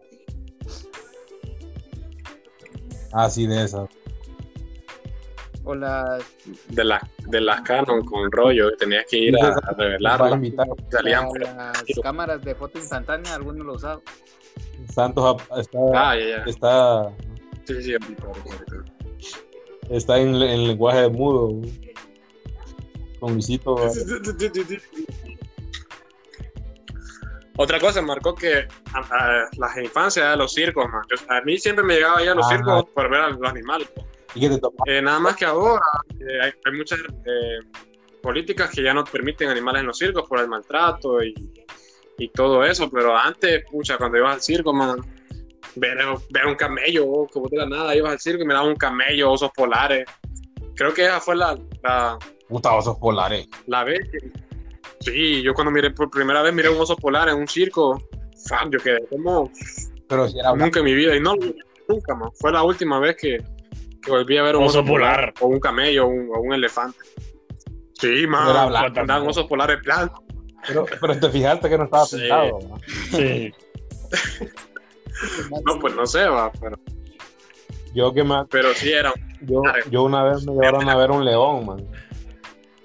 Speaker 2: Así de esas.
Speaker 6: O las.
Speaker 1: de las de las Canon con rollo, tenías que ir a, a
Speaker 2: Para
Speaker 1: revelarla.
Speaker 2: invitar
Speaker 1: Salían
Speaker 6: la- las cámaras de foto instantánea, algunos lo usaban.
Speaker 2: Santos a- está,
Speaker 1: Ah, ya, ya.
Speaker 2: está,
Speaker 1: Sí, sí, sí, ahorita, ahorita, ahorita.
Speaker 2: está en, en lenguaje de mudo. güey. Con Luisito.
Speaker 1: Otra cosa marcó que a- a- las infancias de los circos, man. Yo- a mí siempre me llegaba ya a los
Speaker 2: Ah.
Speaker 1: circos por ver a los animales. pues.
Speaker 2: Y que te tomaba
Speaker 1: Eh, nada más que ahora eh, hay, hay muchas eh, políticas que ya no permiten animales en los circos por el maltrato y, y todo eso, pero antes, pucha, cuando ibas al circo, man, ver, ver un camello, oh, como de la nada, ibas al circo y mirabas un camello, osos polares. Creo que esa fue la, la,
Speaker 2: puta osos polares.
Speaker 1: la vez que... Sí, yo cuando miré por primera vez miré un oso polar en un circo, fan, yo quedé como...
Speaker 2: Pero si era blanco.
Speaker 1: Nunca en mi vida, y no lo vi nunca, man. Fue la última vez que, que volví a ver un
Speaker 3: Oso
Speaker 1: oso,
Speaker 3: polar.
Speaker 1: polar. o un camello o un, o un elefante. Sí, man.
Speaker 2: Era blanco.
Speaker 1: Andaban osos polares blancos.
Speaker 2: Pero, pero te fijaste que no estaba
Speaker 1: Sí.
Speaker 2: pintado. ¿no?
Speaker 3: Sí.
Speaker 1: No, pues no sé, va, pero,
Speaker 2: Yo que más
Speaker 1: pero sí era.
Speaker 2: Yo, yo una vez me llevaron a ver un león, man.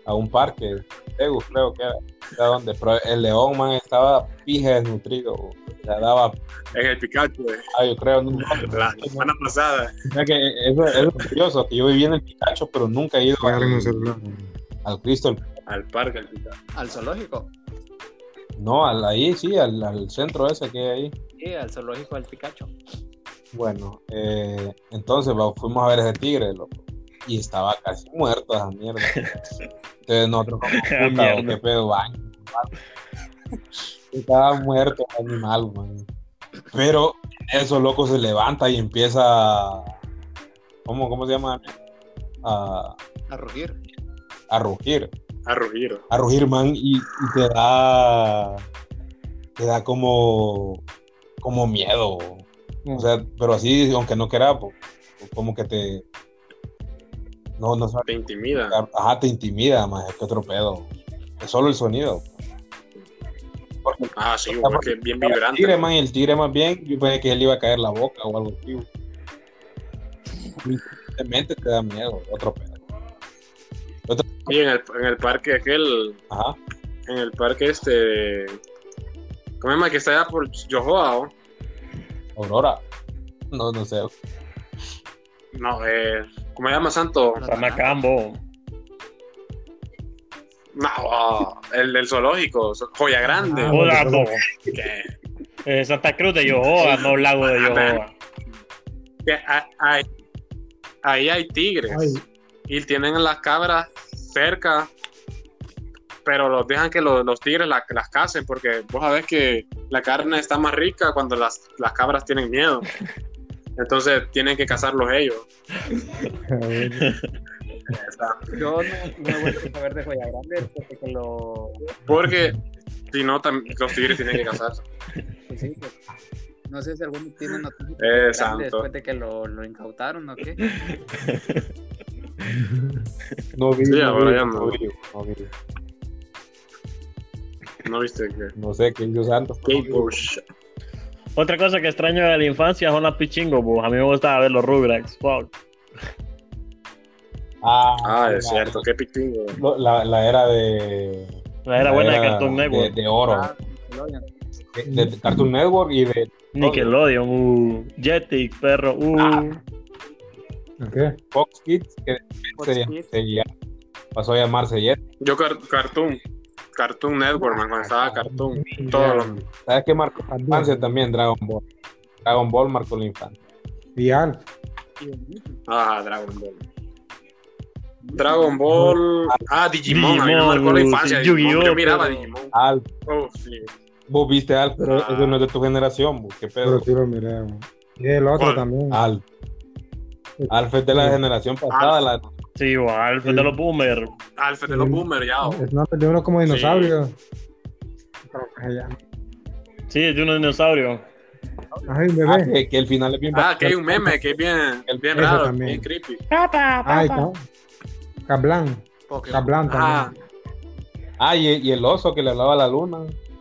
Speaker 2: A un parque, Tegu, creo que era. era donde, pero el león, man, estaba pija desnutrido. o sea, daba,
Speaker 1: En el Pikachu, eh,
Speaker 2: ah, yo creo, no, no,
Speaker 1: la
Speaker 2: no, no.
Speaker 1: semana pasada.
Speaker 2: O sea que eso, eso es curioso, que yo viví en el Picacho, pero nunca he ido
Speaker 5: Agarren un
Speaker 2: al,
Speaker 5: celular.
Speaker 2: al Cristo. del-
Speaker 1: Al parque, al Pikachu.
Speaker 6: Al zoológico.
Speaker 2: No, al, ahí sí, al, al centro ese que hay ahí.
Speaker 6: Sí, al zoológico del Pikachu.
Speaker 2: Bueno, eh, entonces va, fuimos a ver ese tigre, loco. Y estaba casi muerto esa mierda. Entonces nosotros como
Speaker 3: Ah,
Speaker 2: puta,
Speaker 3: mierda.
Speaker 2: ¿o qué pedo, baño. Estaba muerto el animal, man. Pero eso, loco, se levanta y empieza a- ¿Cómo, cómo se llama? A,
Speaker 6: A rugir.
Speaker 2: a rugir.
Speaker 1: A rugir.
Speaker 2: A rugir, man, y, y te da... Te da como... Como miedo, o sea, pero así, aunque no quiera, po, como que te. No, no sabe.
Speaker 1: Te intimida.
Speaker 2: Ajá, te intimida, más que otro pedo. Es solo el sonido. Porque
Speaker 1: Ah, sí, güey, que es bien vibrante.
Speaker 2: el tigre, man, y el tigre más bien, yo pensé que él iba a caer la boca o algo así. Evidentemente te da miedo, otro pedo.
Speaker 1: Y en el, en el parque aquel,
Speaker 2: Ajá.
Speaker 1: en el parque este Come más que está allá por Yohoa, ¿o?
Speaker 2: Aurora. No, no sé.
Speaker 1: No, eh, ¿cómo se llama Santo?
Speaker 3: Tamacambo.
Speaker 1: No, ah, el del zoológico, so- Joya Grande.
Speaker 5: Ah,
Speaker 3: Joda,
Speaker 5: bueno,
Speaker 3: po.
Speaker 1: Que-
Speaker 3: Eh, Santa Cruz de Yohoa, no Lago de Yohoa.
Speaker 1: que a- ahí- ahí hay tigres
Speaker 5: Ay,
Speaker 1: y tienen las cabras cerca, pero los dejan que lo- los tigres la- las cacen porque vos sabés que la carne está más rica cuando las, las cabras tienen miedo. Entonces tienen que cazarlos ellos.
Speaker 5: cabrón.
Speaker 6: Yo no, no he vuelto a saber de Joya Grande porque que lo.
Speaker 1: Porque si no, tam- los tigres tienen que cazarse.
Speaker 6: pues sí, que- no sé si alguno tiene noticias de
Speaker 1: Eh,
Speaker 6: Grande
Speaker 1: santo.
Speaker 6: después de que lo, lo incautaron o qué.
Speaker 2: No vi.
Speaker 1: Sí,
Speaker 2: no,
Speaker 1: ahora
Speaker 2: vi,
Speaker 1: ya
Speaker 2: no
Speaker 1: no.
Speaker 2: vi, no vi.
Speaker 1: ¿No viste que?
Speaker 2: No sé quién Dios santo.
Speaker 1: Kate Bush.
Speaker 3: Otra cosa que extraño de la infancia son las pichingos, po. A mí me gustaba ver los Rugrats. Wow.
Speaker 2: Ah,
Speaker 1: Ah, es
Speaker 2: la-
Speaker 1: cierto, qué pitingo.
Speaker 2: lo- La, la era de.
Speaker 3: La era buena de Cartoon
Speaker 2: Ah, De,
Speaker 3: Network.
Speaker 2: de oro.
Speaker 6: Ah, Nickelodeon.
Speaker 2: De, de Cartoon Network y de.
Speaker 3: Nickelodeon, uh. Jetix, perro, uh.
Speaker 2: ¿Qué? Fox Kids, que
Speaker 6: Fox
Speaker 2: se,
Speaker 6: Kids.
Speaker 2: se ya- pasó a llamarse Jet.
Speaker 1: Yo car- Cartoon. Cartoon Network, man, cuando
Speaker 3: Ah,
Speaker 1: estaba Cartoon. Todo lo
Speaker 2: ¿Sabes qué marcó la infancia también? Dragon Ball. Dragon Ball marcó la infancia.
Speaker 5: Y Alf.
Speaker 1: Ah, Dragon Ball. Dragon Ball. Ah, Digimon. A mí me
Speaker 3: Digimon,
Speaker 1: marcó la
Speaker 3: sí,
Speaker 1: infancia. de Digimon.
Speaker 3: Yu-Gi-Oh,
Speaker 1: Yo miraba
Speaker 3: pero-
Speaker 1: Digimon.
Speaker 2: Alf,
Speaker 1: Oh, sí.
Speaker 2: vos viste Alf, pero
Speaker 1: Ah.
Speaker 2: eso no es de tu generación, vos, qué pedo.
Speaker 5: Pero sí lo miré, güey. Y el otro
Speaker 1: ¿Cuál?
Speaker 5: también.
Speaker 2: Alf. Alf es de la
Speaker 5: Sí.
Speaker 2: generación pasada, la
Speaker 3: Sí, igual, fue de los boomers.
Speaker 1: Alfred de los Boomer, ya. oh.
Speaker 5: Es no, de uno como dinosaurio. Ay, ya.
Speaker 3: Sí, es de un dinosaurio.
Speaker 5: Ay,
Speaker 2: Ah,
Speaker 5: bebé.
Speaker 2: que, que el final es bien
Speaker 1: Ah, que hay un meme que es bien, bien
Speaker 5: Eso
Speaker 1: raro,
Speaker 5: también.
Speaker 1: bien creepy.
Speaker 5: Ay, ca- Cablan.
Speaker 6: Pokémon.
Speaker 5: Cablan
Speaker 1: Ah,
Speaker 5: también.
Speaker 2: Ah, y, y el oso que le hablaba a la luna.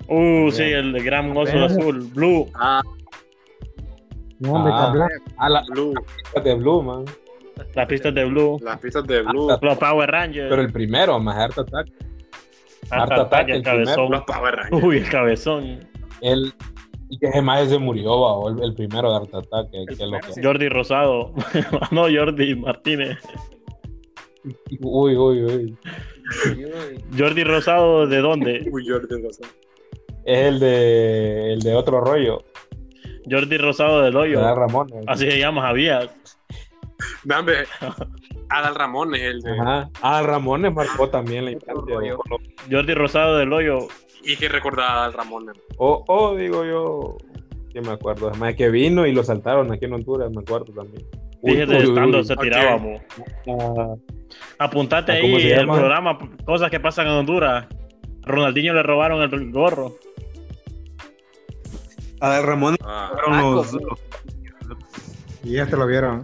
Speaker 3: Uh, sí, el de gran oso
Speaker 5: Apenas.
Speaker 3: azul, blue.
Speaker 1: ah,
Speaker 5: No, hombre,
Speaker 2: Ah.
Speaker 5: Cablan.
Speaker 2: Ah, la
Speaker 1: Blue.
Speaker 2: de Blue, man.
Speaker 3: Las pistas de blue.
Speaker 1: Las pistas de Blue.
Speaker 3: Los Power Rangers.
Speaker 2: Pero el primero, más Heart Attack.
Speaker 3: Art
Speaker 2: Art
Speaker 3: Attack,
Speaker 2: Attack,
Speaker 3: el
Speaker 2: el
Speaker 3: cabezón.
Speaker 1: Los Power Rangers.
Speaker 3: Uy, el cabezón.
Speaker 2: Él, y que además ese murió, va, o el, el primero de Heart Attack. Que, que lo que-
Speaker 3: Jordi Rosado. no, Jordi Martínez.
Speaker 2: Uy, uy, uy.
Speaker 6: Sí, güey.
Speaker 3: Jordi Rosado, ¿de dónde?
Speaker 1: Uy, Jordi Rosado.
Speaker 2: Es el de, el de otro rollo.
Speaker 3: Jordi Rosado del hoyo.
Speaker 2: Era Ramón.
Speaker 3: Así se llama Javier.
Speaker 1: Dame. Adal Ramón es el de.
Speaker 2: Ajá. Ah, Ramones marcó también la infancia.
Speaker 6: rollo.
Speaker 2: ¿no?
Speaker 3: Jordi Rosado del hoyo.
Speaker 1: Y que recordaba a Adal Ramón.
Speaker 2: Oh, oh, digo yo. Yo me acuerdo. Además que vino y lo saltaron aquí en Honduras, me acuerdo también. Uy,
Speaker 3: Dije
Speaker 2: uy,
Speaker 3: de
Speaker 2: uy,
Speaker 3: estando
Speaker 2: uy.
Speaker 3: se
Speaker 1: Ok.
Speaker 3: tirábamos.
Speaker 2: Ah,
Speaker 3: Apuntate
Speaker 2: Ah, ¿cómo
Speaker 3: ahí
Speaker 2: se
Speaker 3: el
Speaker 2: llama?
Speaker 3: programa, cosas que pasan en Honduras. Ronaldinho le robaron el gorro.
Speaker 2: A ver, Ramón.
Speaker 1: Ah,
Speaker 2: fueron los-
Speaker 6: Marcos,
Speaker 2: los-
Speaker 5: Y este lo vieron.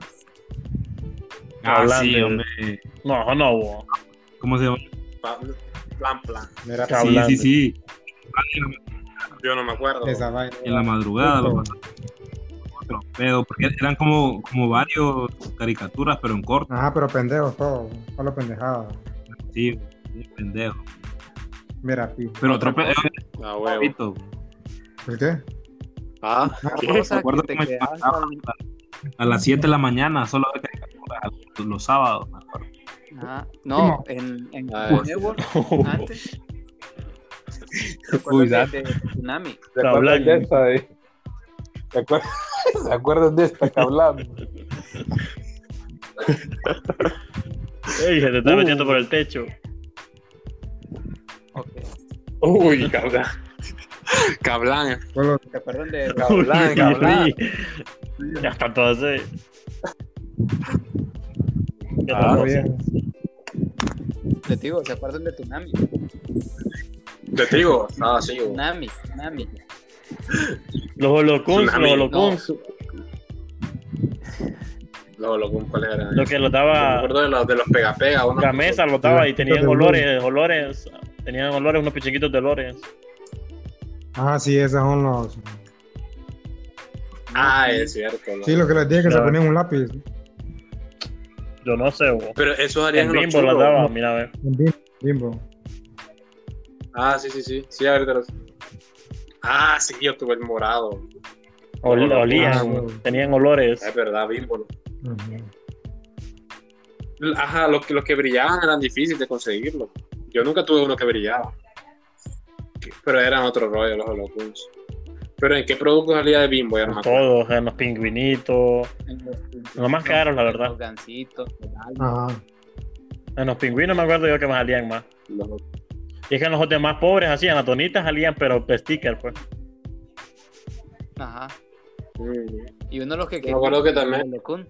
Speaker 4: Ah,
Speaker 2: Hablando,
Speaker 4: sí,
Speaker 2: hombre.
Speaker 3: No, no, bo.
Speaker 4: ¿Cómo se llama?
Speaker 1: pa- plan, plan.
Speaker 5: Mira,
Speaker 3: Está hablando.
Speaker 4: Sí, sí, sí.
Speaker 1: Yo no me acuerdo.
Speaker 5: esa vaina.
Speaker 4: En la madrugada lo
Speaker 5: Puto.
Speaker 4: pasaban. Otro pedo, porque eran como, como varios caricaturas, pero en corto,
Speaker 5: Ajá, pero pendejos todos. Solo pendejadas.
Speaker 4: sí, pendejo.
Speaker 5: Mira, tío.
Speaker 4: Pero otro pedo,
Speaker 1: Ah, huevo.
Speaker 4: Pepito.
Speaker 5: ¿El qué?
Speaker 1: Ah,
Speaker 4: Me
Speaker 6: cosa
Speaker 4: acuerdo
Speaker 6: que
Speaker 4: que me
Speaker 6: te quedas
Speaker 4: mataba. A las 7 de la mañana, solo de caricaturas, los- los sábados. me acuerdo.
Speaker 6: con- Ajá. Ah, No, en, en
Speaker 1: Ah,
Speaker 6: Cartoon
Speaker 1: sí.
Speaker 6: Network antes.
Speaker 2: Uy,
Speaker 6: Recuerdo de, de Tsunami.
Speaker 2: ¿Se acuerdan de esta? de- ¿Se acuer- ¿Se acuerdan de esta que hablamos?
Speaker 3: Ey, se te está metiendo por el techo.
Speaker 6: Ok.
Speaker 1: Uy, cabrón. Cablán.
Speaker 5: Solo
Speaker 6: ¿Te acuerdas de
Speaker 3: Uy,
Speaker 1: Cablán, cablán.
Speaker 3: uy. Ya está todo así. Ya
Speaker 2: Ah,
Speaker 3: está
Speaker 5: lo
Speaker 3: todo así.
Speaker 5: vieron.
Speaker 6: de Tigo? ¿Se acuerdan de Tsunami?
Speaker 1: Te digo. Ah, sí. güey.
Speaker 6: Tsunami, Tsunami.
Speaker 3: Los holocuns, los
Speaker 1: Tsunami,
Speaker 3: holocuns.
Speaker 1: No, lo ¿cuál era?
Speaker 3: Lo que los
Speaker 1: me
Speaker 3: daba
Speaker 1: acuerdo de los, de los pega pega. uno-
Speaker 3: Gamesa, los daba y tenían
Speaker 5: Los
Speaker 3: olores, olores. Tenían olores, unos pichinguitos de olores.
Speaker 5: Ajá, sí, esos son los.
Speaker 1: Ah, es cierto. ¿no?
Speaker 5: Sí, lo que les dije que se
Speaker 3: Claro.
Speaker 5: ponían un lápiz.
Speaker 3: Yo no sé, bo.
Speaker 1: Pero eso harían
Speaker 3: El
Speaker 1: los
Speaker 3: bimbo las
Speaker 1: chulos.
Speaker 3: daba, mira, a ver.
Speaker 5: Un bim- Bimbo.
Speaker 1: Ah, sí, sí, sí. Sí, ahorita los... Ah, sí, yo tuve el morado.
Speaker 3: Ol- olían,
Speaker 5: Ah, bueno.
Speaker 3: tenían olores.
Speaker 1: Es verdad, bimbo.
Speaker 5: Ujú.
Speaker 1: Ajá, los que, los que brillaban eran difíciles de conseguirlo. Yo nunca tuve uno que brillaba. Pero eran otro rollo los holocuns. Pero ¿en qué producto salía de bimbo? Ya no me acuerdo.
Speaker 3: Todos, eran los pingüinitos. Los más caros, la verdad.
Speaker 6: Los gancitos, los almas.
Speaker 5: Ajá.
Speaker 3: En los pingüinos me acuerdo yo que más salían más.
Speaker 1: Los-
Speaker 3: Y es que en los demás pobres hacían, las tonitas salían, pero stickers, pues.
Speaker 6: Ajá.
Speaker 1: Mm.
Speaker 6: Y uno de los que
Speaker 1: me acuerdo que también-
Speaker 6: el Kun.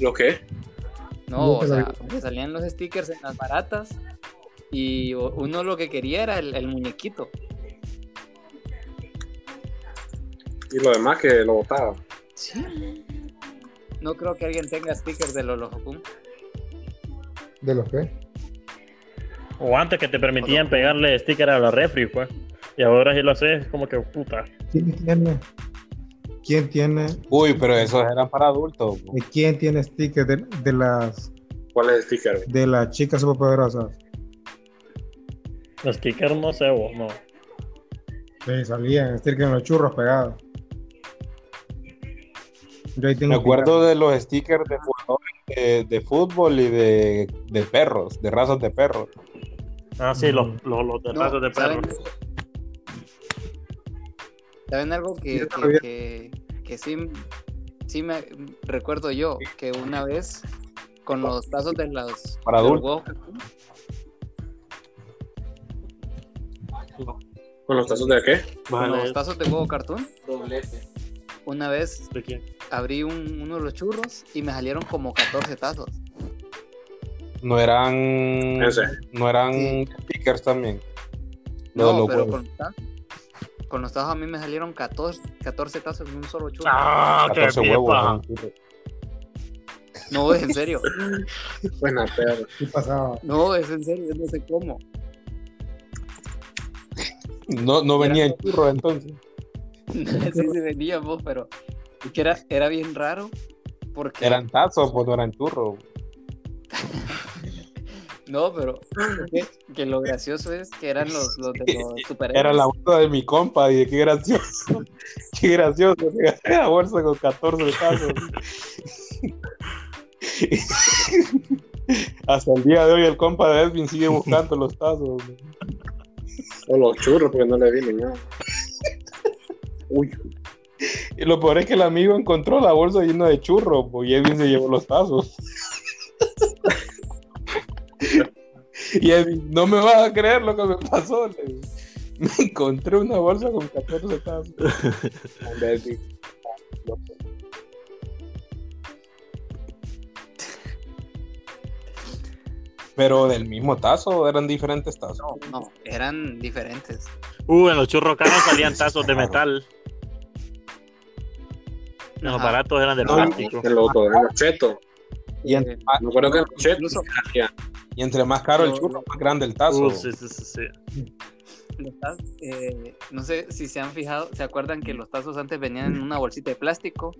Speaker 1: ¿Los qué?
Speaker 6: No, o
Speaker 5: Nunca
Speaker 6: sea,
Speaker 5: lo
Speaker 6: le salían los stickers en las baratas y o- uno lo que quería era el, el muñequito.
Speaker 1: Y lo demás que lo botaba.
Speaker 6: No creo que alguien tenga stickers de los Kun.
Speaker 5: ¿De los qué?
Speaker 3: O antes que te permitían pegarle stickers a la refri, pues. Y ahora si lo haces, es como que puta.
Speaker 5: ¿Quién tiene? ¿Quién tiene?
Speaker 2: Uy, pero esos eran para adultos. po.
Speaker 5: ¿Y quién tiene stickers de, de las
Speaker 1: ¿Cuál es el sticker?
Speaker 5: de las chicas superpoderosas?
Speaker 3: Los stickers no sé, vos, no.
Speaker 5: Sí, salían stickers en los churros pegados. Yo ahí tengo
Speaker 2: Me acuerdo de los stickers de jugadores de, de fútbol y de, de perros, de razas de perros.
Speaker 3: Ah, sí, los, los, los de
Speaker 6: No,
Speaker 3: ratos de perro.
Speaker 6: ¿saben? ¿Saben algo que,
Speaker 5: Yo
Speaker 6: que-
Speaker 5: todavía-
Speaker 6: que- que sí, sí me recuerdo yo? Que una vez con los tazos de los
Speaker 2: Para
Speaker 6: de los
Speaker 2: adultos.
Speaker 6: huevos
Speaker 1: ¿Con los tazos de qué?
Speaker 6: Con los
Speaker 3: Vale,
Speaker 6: tazos de huevo cartoon. Una vez
Speaker 3: ¿de quién?
Speaker 6: abrí un- uno de los churros y me salieron como 14 tazos.
Speaker 2: No eran.
Speaker 1: Ese.
Speaker 2: No eran
Speaker 6: Sí.
Speaker 2: stickers también. Los
Speaker 6: No,
Speaker 2: de los
Speaker 6: pero
Speaker 2: huevos.
Speaker 6: con los, tazos, con los tazos a mí me salieron 14, 14 tazos en un solo churro.
Speaker 3: Ah, qué
Speaker 2: 14 huevos.
Speaker 3: pipa.
Speaker 2: ¿no?
Speaker 6: No, es en serio.
Speaker 1: Buena perra.
Speaker 5: ¿Qué pasaba?
Speaker 6: No, es en serio. Yo no sé cómo.
Speaker 2: No, no venía el churro entonces.
Speaker 6: No sé si venía vos, pero es que era, era bien raro. Porque
Speaker 2: Eran tazos, pues no eran churros.
Speaker 6: No, pero que, que lo gracioso es que eran los, los de los superhéroes.
Speaker 2: Era la bolsa de mi compa y qué gracioso. qué gracioso. que La bolsa con 14 tazos. Hasta el día de hoy el compa de Edwin sigue buscando los tazos.
Speaker 1: O los churros, porque no le vi ni nada. Uy,
Speaker 2: Y lo peor es que el amigo encontró la bolsa llena de churros po, y Edwin se llevó los tazos. y Edwin, no me vas a creer lo que me pasó. le digo. Me encontré una bolsa con 14 tazos.
Speaker 1: hombre, Edwin.
Speaker 2: Pero del mismo tazo, eran diferentes tazos.
Speaker 6: No, no, eran diferentes.
Speaker 3: Uh, en los churros caros salían tazos de metal. En los
Speaker 6: Ajá.
Speaker 3: baratos eran de
Speaker 2: No,
Speaker 3: plástico.
Speaker 1: El loco, el cheto.
Speaker 2: Y
Speaker 6: Eh,
Speaker 2: entre,
Speaker 1: Me acuerdo que el cheto.
Speaker 6: Incluso-
Speaker 2: y entre más caro el churro, más grande el tazo.
Speaker 3: Uh, sí, sí, sí, sí.
Speaker 6: Los tazos, eh, no sé si se han fijado, ¿se acuerdan que los tazos antes venían en una bolsita de plástico?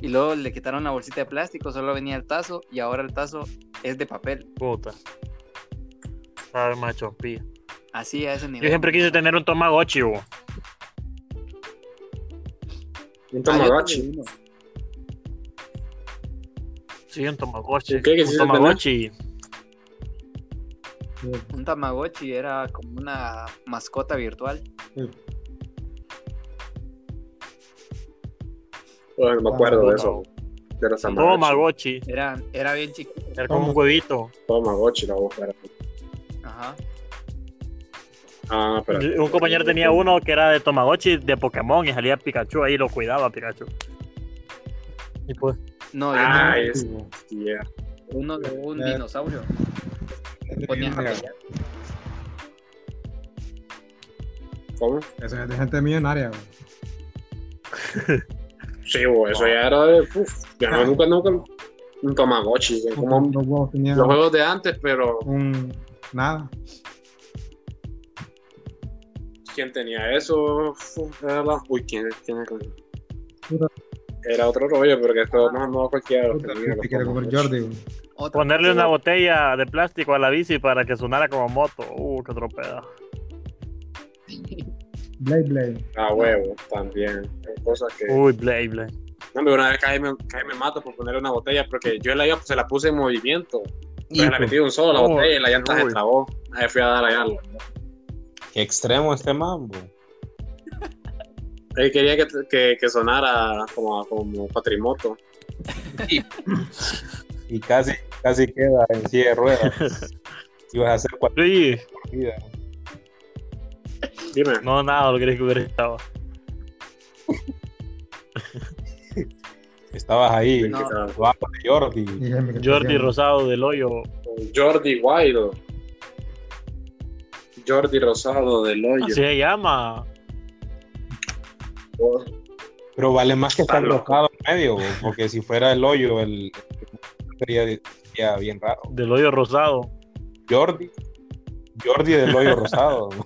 Speaker 6: Y luego le quitaron la bolsita de plástico, solo venía el tazo y ahora el tazo es de papel.
Speaker 3: Puta. Sabe, macho, pía.
Speaker 6: Así a ese nivel.
Speaker 3: Yo siempre quise tener un Tamagotchi, bo.
Speaker 1: Un
Speaker 6: Ah, yo
Speaker 1: tamagotchi.
Speaker 6: tuve uno.
Speaker 3: Sí, un Tamagotchi.
Speaker 1: ¿Y qué
Speaker 3: un
Speaker 1: quisiste tener?
Speaker 3: Tamagotchi.
Speaker 6: Un Tamagotchi era como una mascota virtual.
Speaker 1: Bueno, no me acuerdo de eso. De los tamagotchi.
Speaker 3: Tamagotchi.
Speaker 6: Era, era bien chiquito.
Speaker 3: Era como un huevito.
Speaker 1: Tamagotchi, la voz era.
Speaker 6: Ajá.
Speaker 1: Ah, pero.
Speaker 3: Un compañero tenía uno que era de Tamagotchi de Pokémon y salía Pikachu ahí lo cuidaba Pikachu. Y pues,
Speaker 6: No, yo
Speaker 1: Ah,
Speaker 6: tenía
Speaker 1: es. Yeah.
Speaker 6: uno de un
Speaker 5: Eh.
Speaker 6: dinosaurio. Ponías a pelear.
Speaker 1: ¿Cómo?
Speaker 5: Eso es de gente millonaria. güey.
Speaker 1: Sí, bo, eso ya era de. Uf, yo no- nunca, nunca. Un tamagotchi. ¿eh? Como
Speaker 5: Los huevos tenían
Speaker 1: los juegos de antes, pero.
Speaker 5: un nada.
Speaker 1: ¿Quién tenía eso? Uf, era la- Uy, ¿quién tiene
Speaker 5: Puta.
Speaker 1: Era otro rollo, pero que esto no, no cualquiera lo
Speaker 5: Puta,
Speaker 1: tenía.
Speaker 5: que te quiere comer
Speaker 1: los
Speaker 5: Jordi. güey.
Speaker 6: Otro.
Speaker 3: ponerle una botella de plástico a la bici para que sonara como moto. Uh, qué tropeda.
Speaker 5: Blade Blade.
Speaker 1: A Ah, huevo, también. Son cosas que.
Speaker 8: Uy, Blade, Blade.
Speaker 1: No, hombre, una vez casi me, casi me mato por ponerle una botella porque yo la iba, pues, se la puse en movimiento. Pero la metí de un solo, la
Speaker 8: Uy,
Speaker 1: botella, y la llanta se
Speaker 8: uy.
Speaker 1: trabó. Ahí fui a dar allá.
Speaker 2: Qué extremo este mambo.
Speaker 1: Él quería que, que, que sonara como, como patrimoto.
Speaker 2: Y casi, casi queda en silla de ruedas. Ibas a hacer cuatro
Speaker 8: Sí,
Speaker 2: vidas.
Speaker 1: Dime.
Speaker 8: no, nada, lo que que hubiera estado.
Speaker 2: Estabas ahí,
Speaker 1: ¿qué
Speaker 6: No.
Speaker 1: tal?
Speaker 2: abajo de Jordi.
Speaker 5: Dígame que
Speaker 8: Jordi
Speaker 5: te-
Speaker 8: Rosado del Hoyo.
Speaker 1: Jordi Guaido. Jordi Rosado del Hoyo.
Speaker 8: Así se llama. Ah,
Speaker 2: Pero vale más que
Speaker 1: Está
Speaker 2: estar
Speaker 1: loco.
Speaker 2: rosado en medio, güey, porque si fuera el hoyo, el sería, sería bien raro.
Speaker 8: Del Hoyo Rosado.
Speaker 2: Jordi, Jordi del hoyo rosado. güey.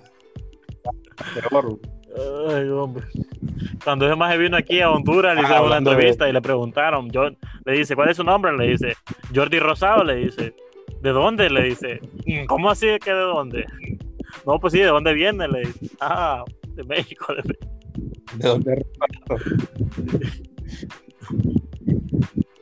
Speaker 2: Peor.
Speaker 8: Ay, hombre. Cuando ese maje vino aquí a Honduras, le
Speaker 2: Ah,
Speaker 8: hicieron una
Speaker 2: hablando de-
Speaker 8: entrevista y le preguntaron, yo, le dice, ¿cuál es su nombre? Le dice, Jordi Rosado, le dice, ¿de dónde? Le dice, "Mm, ¿cómo así que de dónde? No, pues sí, ¿de dónde viene? Le dice, ah, de México. de México".
Speaker 2: ¿De dónde es rosado?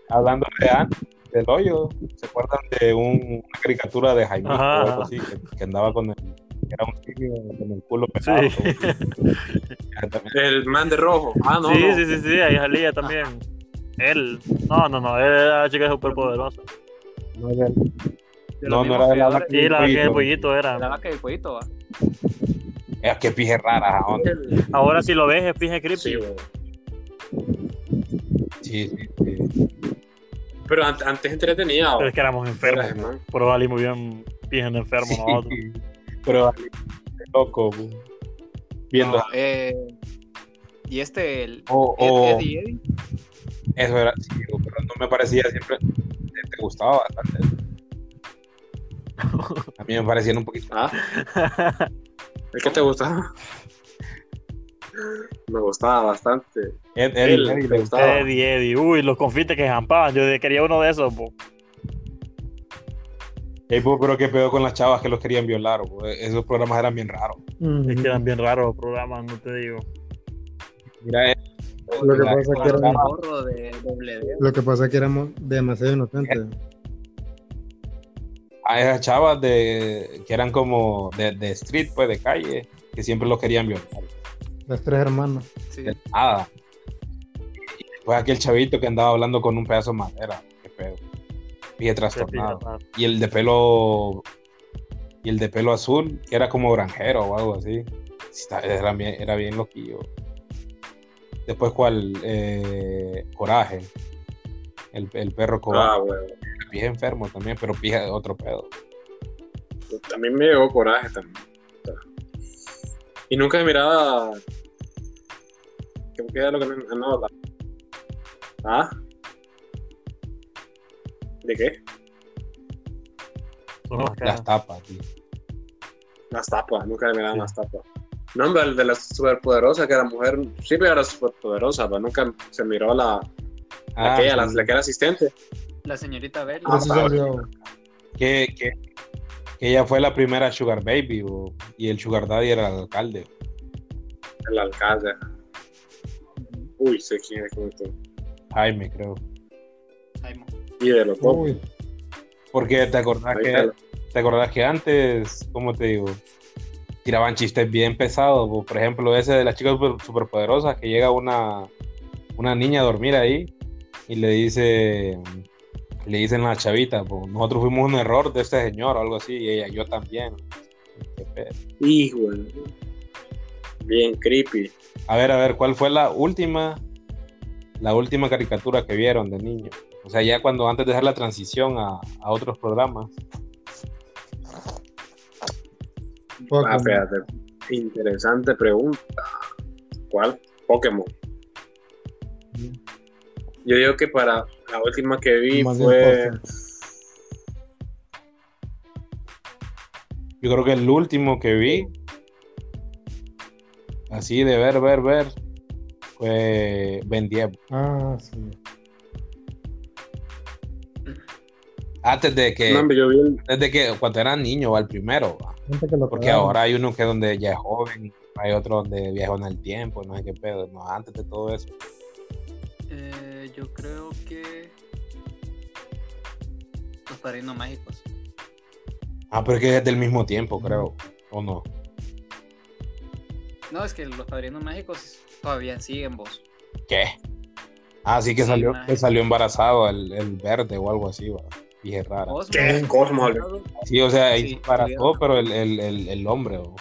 Speaker 2: Hablando de antes, del hoyo, ¿se acuerdan de un- una caricatura de Jaime o
Speaker 8: Ajá.
Speaker 2: algo así? Que, que andaba con el, que era un tigre con el culo
Speaker 8: Sí.
Speaker 2: pelado. güey? Exactamente.
Speaker 1: El man de rojo. Ah, no.
Speaker 8: sí,
Speaker 1: no.
Speaker 8: sí, sí, sí, ahí salía también. Él, no, no, no, él era la chica súper poderosa.
Speaker 2: No era- No,
Speaker 6: De los
Speaker 2: no
Speaker 6: mismos
Speaker 2: era de la
Speaker 6: creadores-
Speaker 8: Sí, la que el
Speaker 2: Pollito.
Speaker 8: pollito
Speaker 6: de la
Speaker 8: era.
Speaker 6: vaca y el pollito, va.
Speaker 2: Es que pije rara, ¿a dónde?
Speaker 8: Ahora si lo ves, es pinche creepy.
Speaker 1: Sí, güey.
Speaker 2: Sí, sí, sí.
Speaker 1: Pero an- antes entretenía.
Speaker 8: Pero es que éramos enfermos,
Speaker 1: Era, ¿no?
Speaker 8: pero salimos bien pinches enfermos
Speaker 2: Sí.
Speaker 8: nosotros.
Speaker 2: Pero vale, loco, güey. viendo.
Speaker 6: No, eh, y este, el
Speaker 2: o-
Speaker 6: Ed-
Speaker 2: o-
Speaker 6: Eddie, Eddie,
Speaker 2: eso era, sí, güey, pero no me parecía siempre. Te, te gustaba bastante. A mí me parecían un poquito.
Speaker 1: Ah. ¿El que te gustaba? Me gustaba bastante.
Speaker 2: Ed, Ed-
Speaker 1: Él,
Speaker 2: Ed-
Speaker 1: me
Speaker 2: Ed-
Speaker 1: gustaba.
Speaker 8: Eddie, Eddie. Uy, los confites que jampaban. Yo quería uno de esos, po.
Speaker 2: Ey, pues, pero qué pedo con las chavas que los querían violar, güey. Esos programas eran bien raros.
Speaker 5: Ujú.
Speaker 8: Es que eran bien raros los programas, no te digo.
Speaker 2: Mira, Ed,
Speaker 5: Lo que
Speaker 2: la-
Speaker 5: pasa es que
Speaker 6: con el
Speaker 5: éramos,
Speaker 6: gorro de W.
Speaker 5: lo que pasa es que éramos demasiado inocentes.
Speaker 2: a esas chavas de, que eran como de, de street, pues de calle, que siempre los querían violar.
Speaker 5: Las tres hermanas.
Speaker 6: Sí.
Speaker 2: de nada. Pues aquel chavito que andaba hablando con un pedazo de madera, qué pedo. Pije
Speaker 1: Pues
Speaker 8: Qué
Speaker 2: trastornado.
Speaker 8: pija,
Speaker 2: Y el de pelo. Y el de pelo azul, que era como granjero o algo así. Sí, está- Era bien, era bien loquillo. Después, ¿cuál? Eh, coraje. El, el perro
Speaker 1: Ah,
Speaker 2: coraje.
Speaker 1: huevo.
Speaker 2: Pije enfermo también, pero pija otro pedo.
Speaker 1: A mí me llegó coraje también. Y nunca miraba. ¿Qué qué era lo que me no, la- ¿Ah? ¿De qué?
Speaker 8: Son las caras.
Speaker 2: Las tapas, tío.
Speaker 1: Las tapas, nunca le miraban las tapas. No, hombre, el de la superpoderosa, que era mujer, siempre era superpoderosa, pero nunca se miró la,
Speaker 2: Ah,
Speaker 1: aquella, la,
Speaker 2: sí.
Speaker 1: la que era asistente.
Speaker 6: La señorita Bella.
Speaker 1: Ah,
Speaker 5: Eso
Speaker 1: está
Speaker 5: se dio-
Speaker 2: que, que, que ella fue la primera Sugar Baby bo, y el Sugar Daddy era el alcalde.
Speaker 1: El alcalde. Uy, sé quién es como tú.
Speaker 2: Jaime, creo.
Speaker 6: Simon.
Speaker 1: Y de los dos.
Speaker 5: Uy,
Speaker 2: Porque te acordás,
Speaker 1: Ahí
Speaker 2: que,
Speaker 1: está.
Speaker 2: te acordás que antes, ¿cómo te digo? Tiraban chistes bien pesados. bo. Por ejemplo, ese de las chicas super- superpoderosas que llega una, una niña a dormir ahí y le dice... Le dicen a la chavita, bo, nosotros fuimos un error de este señor o algo así, y ella, yo también. Qué pedo.
Speaker 1: Hijo. Bien creepy.
Speaker 2: A ver, a ver, ¿cuál fue la última, la última caricatura que vieron de niño? O sea, ya cuando antes de hacer la transición a, a otros programas.
Speaker 5: poco.
Speaker 1: Ah, fíjate. Interesante pregunta. ¿Cuál? Pokémon. Yo digo que para la última que vi
Speaker 5: Más bien
Speaker 1: fue.
Speaker 5: Pokémon.
Speaker 2: Yo creo que el último que vi, así de ver, ver, ver, fue Ben 10.
Speaker 5: Ah, sí.
Speaker 2: Ah, Antes de que,
Speaker 1: No, hombre, yo vi el-
Speaker 2: desde que cuando era niño, va el primero. va.
Speaker 5: Gente que lo
Speaker 2: Porque
Speaker 5: cagaban.
Speaker 2: ahora hay uno que donde ya es joven Hay otros de viajes en el tiempo, no sé qué pedo. No, antes de todo eso.
Speaker 6: Eh, yo creo que. Los padrinos mágicos.
Speaker 2: Ah, pero es que es del mismo tiempo, creo. ¿O no?
Speaker 6: No, es que los padrinos mágicos todavía siguen vos.
Speaker 2: ¿Qué? Ah, sí, que
Speaker 6: Sí,
Speaker 2: salió,
Speaker 6: maje.
Speaker 2: que salió embarazado el, el verde o algo así, va. Dije rara.
Speaker 6: Vos,
Speaker 1: ¿Qué?
Speaker 6: vos-
Speaker 1: Cosmo,
Speaker 2: Sí, o sea, ahí
Speaker 6: Oh, Sí,
Speaker 2: se embarazó,
Speaker 6: tuvieron-
Speaker 2: pero el, el, el, el hombre, o-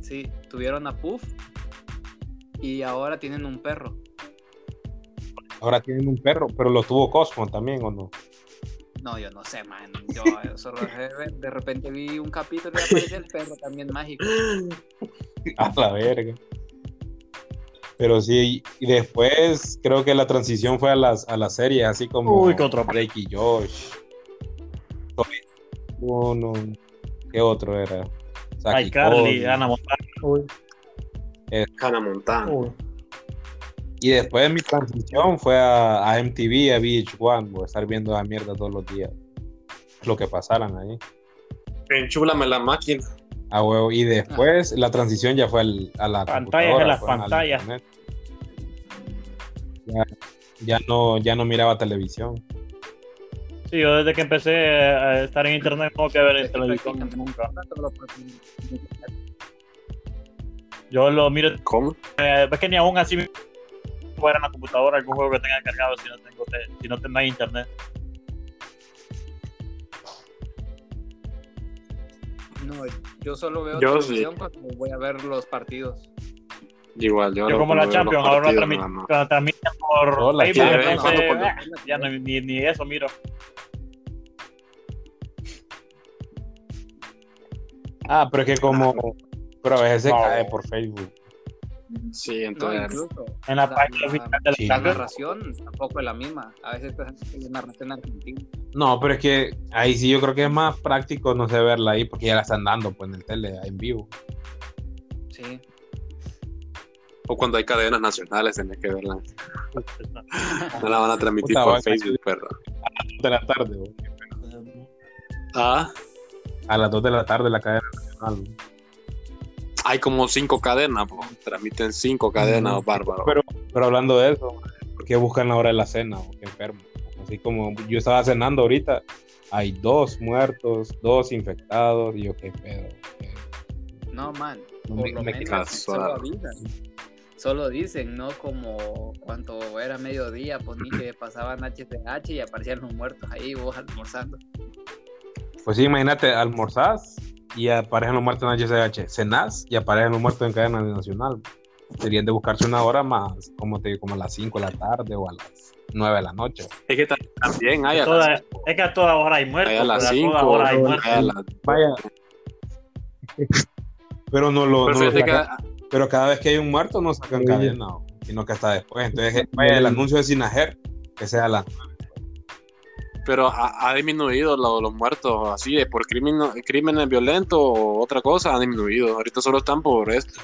Speaker 6: Sí, tuvieron a Puff. Y ahora tienen un perro.
Speaker 2: Ahora tienen un perro, pero lo tuvo Cosmo también, ¿o no?
Speaker 6: No, yo no sé, man. Yo solo de, de repente vi un capítulo y aparece el perro también mágico.
Speaker 2: A la verga. Pero sí, y después creo que la transición fue a las, a las series, así como
Speaker 3: Uy, qué otro-
Speaker 2: Drake y Josh. No, no. ¿Qué otro era? Saki
Speaker 3: Ay, Carly,
Speaker 2: Cody.
Speaker 3: Ana Montana.
Speaker 5: Uy,
Speaker 1: Hannah Montana.
Speaker 5: uy.
Speaker 2: Y después mi transición fue a, a MTV, a VH1, por estar viendo la mierda todos los días. Lo que pasaran ahí.
Speaker 1: Enchúlame la máquina.
Speaker 2: Ah, huevo. Y después la transición ya fue al- a la
Speaker 3: Pantallas de
Speaker 2: computadora,
Speaker 3: las
Speaker 2: fue al
Speaker 3: pantallas.
Speaker 2: internet. Ya, ya no, ya no miraba televisión.
Speaker 8: Sí, yo desde que empecé a estar en internet no voy a ver en
Speaker 6: Sí,
Speaker 8: televisión
Speaker 6: prácticamente.
Speaker 8: nunca.
Speaker 6: Solo porque-
Speaker 8: Yo lo miro,
Speaker 1: ¿Cómo?
Speaker 8: eh, es que ni aún así me fuera en la computadora algún juego que tenga cargado si no tengo te- si no tengo ahí internet.
Speaker 6: No, yo solo veo
Speaker 1: Yo sí.
Speaker 6: televisión cuando voy a ver los partidos.
Speaker 1: Igual, yo,
Speaker 8: Yo como la Champions, ahora la transmit-
Speaker 1: transmito.
Speaker 8: la transmiten por
Speaker 2: Oh, la
Speaker 8: Facebook,
Speaker 1: Champions.
Speaker 8: entonces,
Speaker 1: ¿Cuándo,
Speaker 8: ah, ya no- ni, ni eso miro.
Speaker 2: Ah, pero es que como. Pero a veces se
Speaker 8: No.
Speaker 2: cae por Facebook.
Speaker 1: Sí,
Speaker 6: No,
Speaker 1: entonces.
Speaker 6: incluso.
Speaker 8: En la
Speaker 6: La-
Speaker 8: página
Speaker 6: la-
Speaker 8: oficial de la
Speaker 2: sí.
Speaker 6: La
Speaker 8: Champions.
Speaker 6: narración tampoco es la misma. A veces te hacen una narración argentina.
Speaker 2: No, pero es que ahí sí yo creo que es más práctico, no sé, verla ahí, porque ya la están dando pues en el tele, en vivo.
Speaker 6: Sí.
Speaker 1: o cuando hay cadenas nacionales, tenés que verla. No la van a transmitir
Speaker 2: Puta,
Speaker 1: por
Speaker 2: vaya.
Speaker 1: Facebook, perro.
Speaker 2: De la tarde, güey.
Speaker 1: Ah,
Speaker 2: A las 2 de la tarde la cadena nacional. güey.
Speaker 1: hay como cinco cadenas, po. transmiten cinco cadenas,
Speaker 2: Ujú.
Speaker 1: bárbaro.
Speaker 2: Pero, pero hablando de eso, ¿por qué buscan la hora de la cena? o Qué enfermo. Así como yo estaba cenando ahorita, hay dos muertos, dos infectados, y yo qué pedo. qué-
Speaker 6: No, man.
Speaker 2: no
Speaker 6: Por
Speaker 2: me-
Speaker 6: lo
Speaker 2: me-
Speaker 6: menos
Speaker 1: casual.
Speaker 6: solo avisan. Solo dicen, ¿no? Como cuando era mediodía, pues ni que pasaban HTH y aparecían los muertos ahí, vos almorzando.
Speaker 2: Pues sí, imagínate, almorzás y aparecen los muertos en HCH, cenás y aparecen los muertos en cadena nacional. Serían de buscarse una hora más, como te digo, como a las 5 de la tarde o a las 9 de la noche.
Speaker 1: Es que ta- también hay a las,
Speaker 8: Toda- es que a todas horas hay muertos.
Speaker 1: hay a las
Speaker 8: pero
Speaker 1: cinco,
Speaker 8: todas horas hay
Speaker 1: hay a
Speaker 8: muertos.
Speaker 1: las-
Speaker 2: Vaya. Pero no lo.
Speaker 1: Pero
Speaker 2: no lo
Speaker 1: fíjate que
Speaker 2: sacan. Pero cada vez que hay un muerto no sacan
Speaker 5: Sí.
Speaker 2: cadena, o- sino que hasta después. Entonces, eh, vaya, el anuncio de Sinajer, que sea la.
Speaker 1: pero ha, ha disminuido lo- los muertos así de por crimen- crímenes violentos o otra cosa ha disminuido ahorita solo están por esto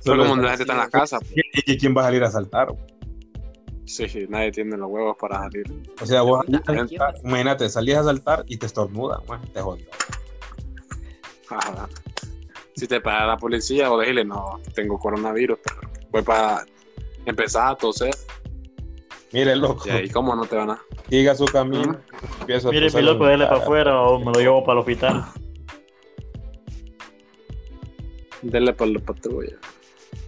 Speaker 1: solo como la gente está en las casas
Speaker 2: ¿Y que quién va a salir a saltar?
Speaker 1: sí nadie tiene los huevos para salir
Speaker 2: O sea, vos.
Speaker 6: Ahorita, ¿a quién va a-
Speaker 2: Imagínate, salías a saltar y te estornudan, güey, te jodió.
Speaker 1: Ajá. si te para la policía o decirle no tengo coronavirus pero fue para empezar a toser
Speaker 2: Mire, loco,
Speaker 1: y ahí cómo no te van a
Speaker 2: siga su camino. Empieza
Speaker 8: Mire, mi
Speaker 2: toser
Speaker 8: loco,
Speaker 2: en
Speaker 8: déle para
Speaker 2: cara.
Speaker 8: afuera o me lo llevo para el hospital.
Speaker 1: darle por la patrulla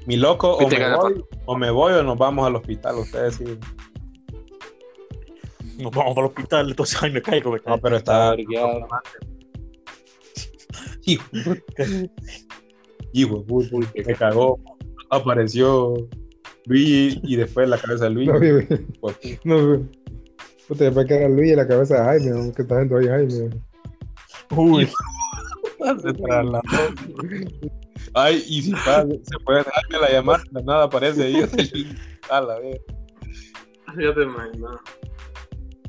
Speaker 2: Mi loco, o
Speaker 1: Viste que
Speaker 2: me,
Speaker 1: la-
Speaker 2: voy, o me voy o nos vamos al hospital, ustedes sí.
Speaker 8: Nos vamos para el hospital, entonces ay, me caigo, me
Speaker 2: No,
Speaker 8: caigo.
Speaker 2: pero está.
Speaker 1: Vergueado.
Speaker 2: Hijo de puta. Hijo de puta, me cagó. Apareció Luigi y después la cabeza de Luigi.
Speaker 5: No, güey, güey.
Speaker 2: Pues,
Speaker 5: No, güey. Puta, después que era Luis y la cabeza de Jaime, güey, que está viendo ahí Jaime. güey.
Speaker 8: Uy,
Speaker 2: se trasladó. Ay, y si pasa, se puede darme la llamada, de nada aparece ahí. A la vez.
Speaker 1: ya te imagino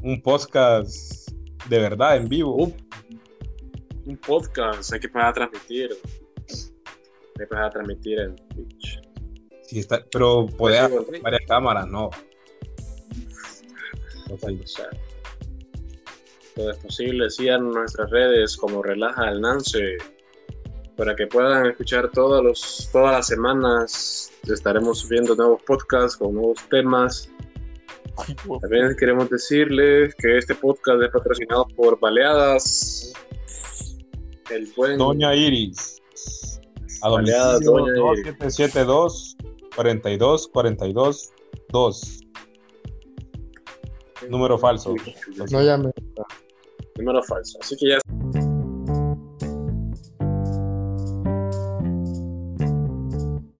Speaker 2: Un podcast de verdad en vivo.
Speaker 1: un podcast hay que empezar a transmitir hay que empezar a transmitir en Twitch
Speaker 2: Sí, está, pero podés
Speaker 1: Sí,
Speaker 2: hacer
Speaker 1: güey.
Speaker 2: varias cámaras, no. O sea,
Speaker 1: O sea, todo es posible. Sigan nuestras redes como Relaja el Nance para que puedan escuchar todos los, todas las semanas. Estaremos subiendo nuevos podcasts con nuevos temas. También queremos decirles que este podcast es patrocinado por Baleadas. El buen
Speaker 2: Doña Iris. A
Speaker 1: Baleadas,
Speaker 2: domicilio
Speaker 1: Doña Iris.
Speaker 2: 2772 42 42 2. Número falso.
Speaker 5: No llame.
Speaker 1: Número falso. Así que ya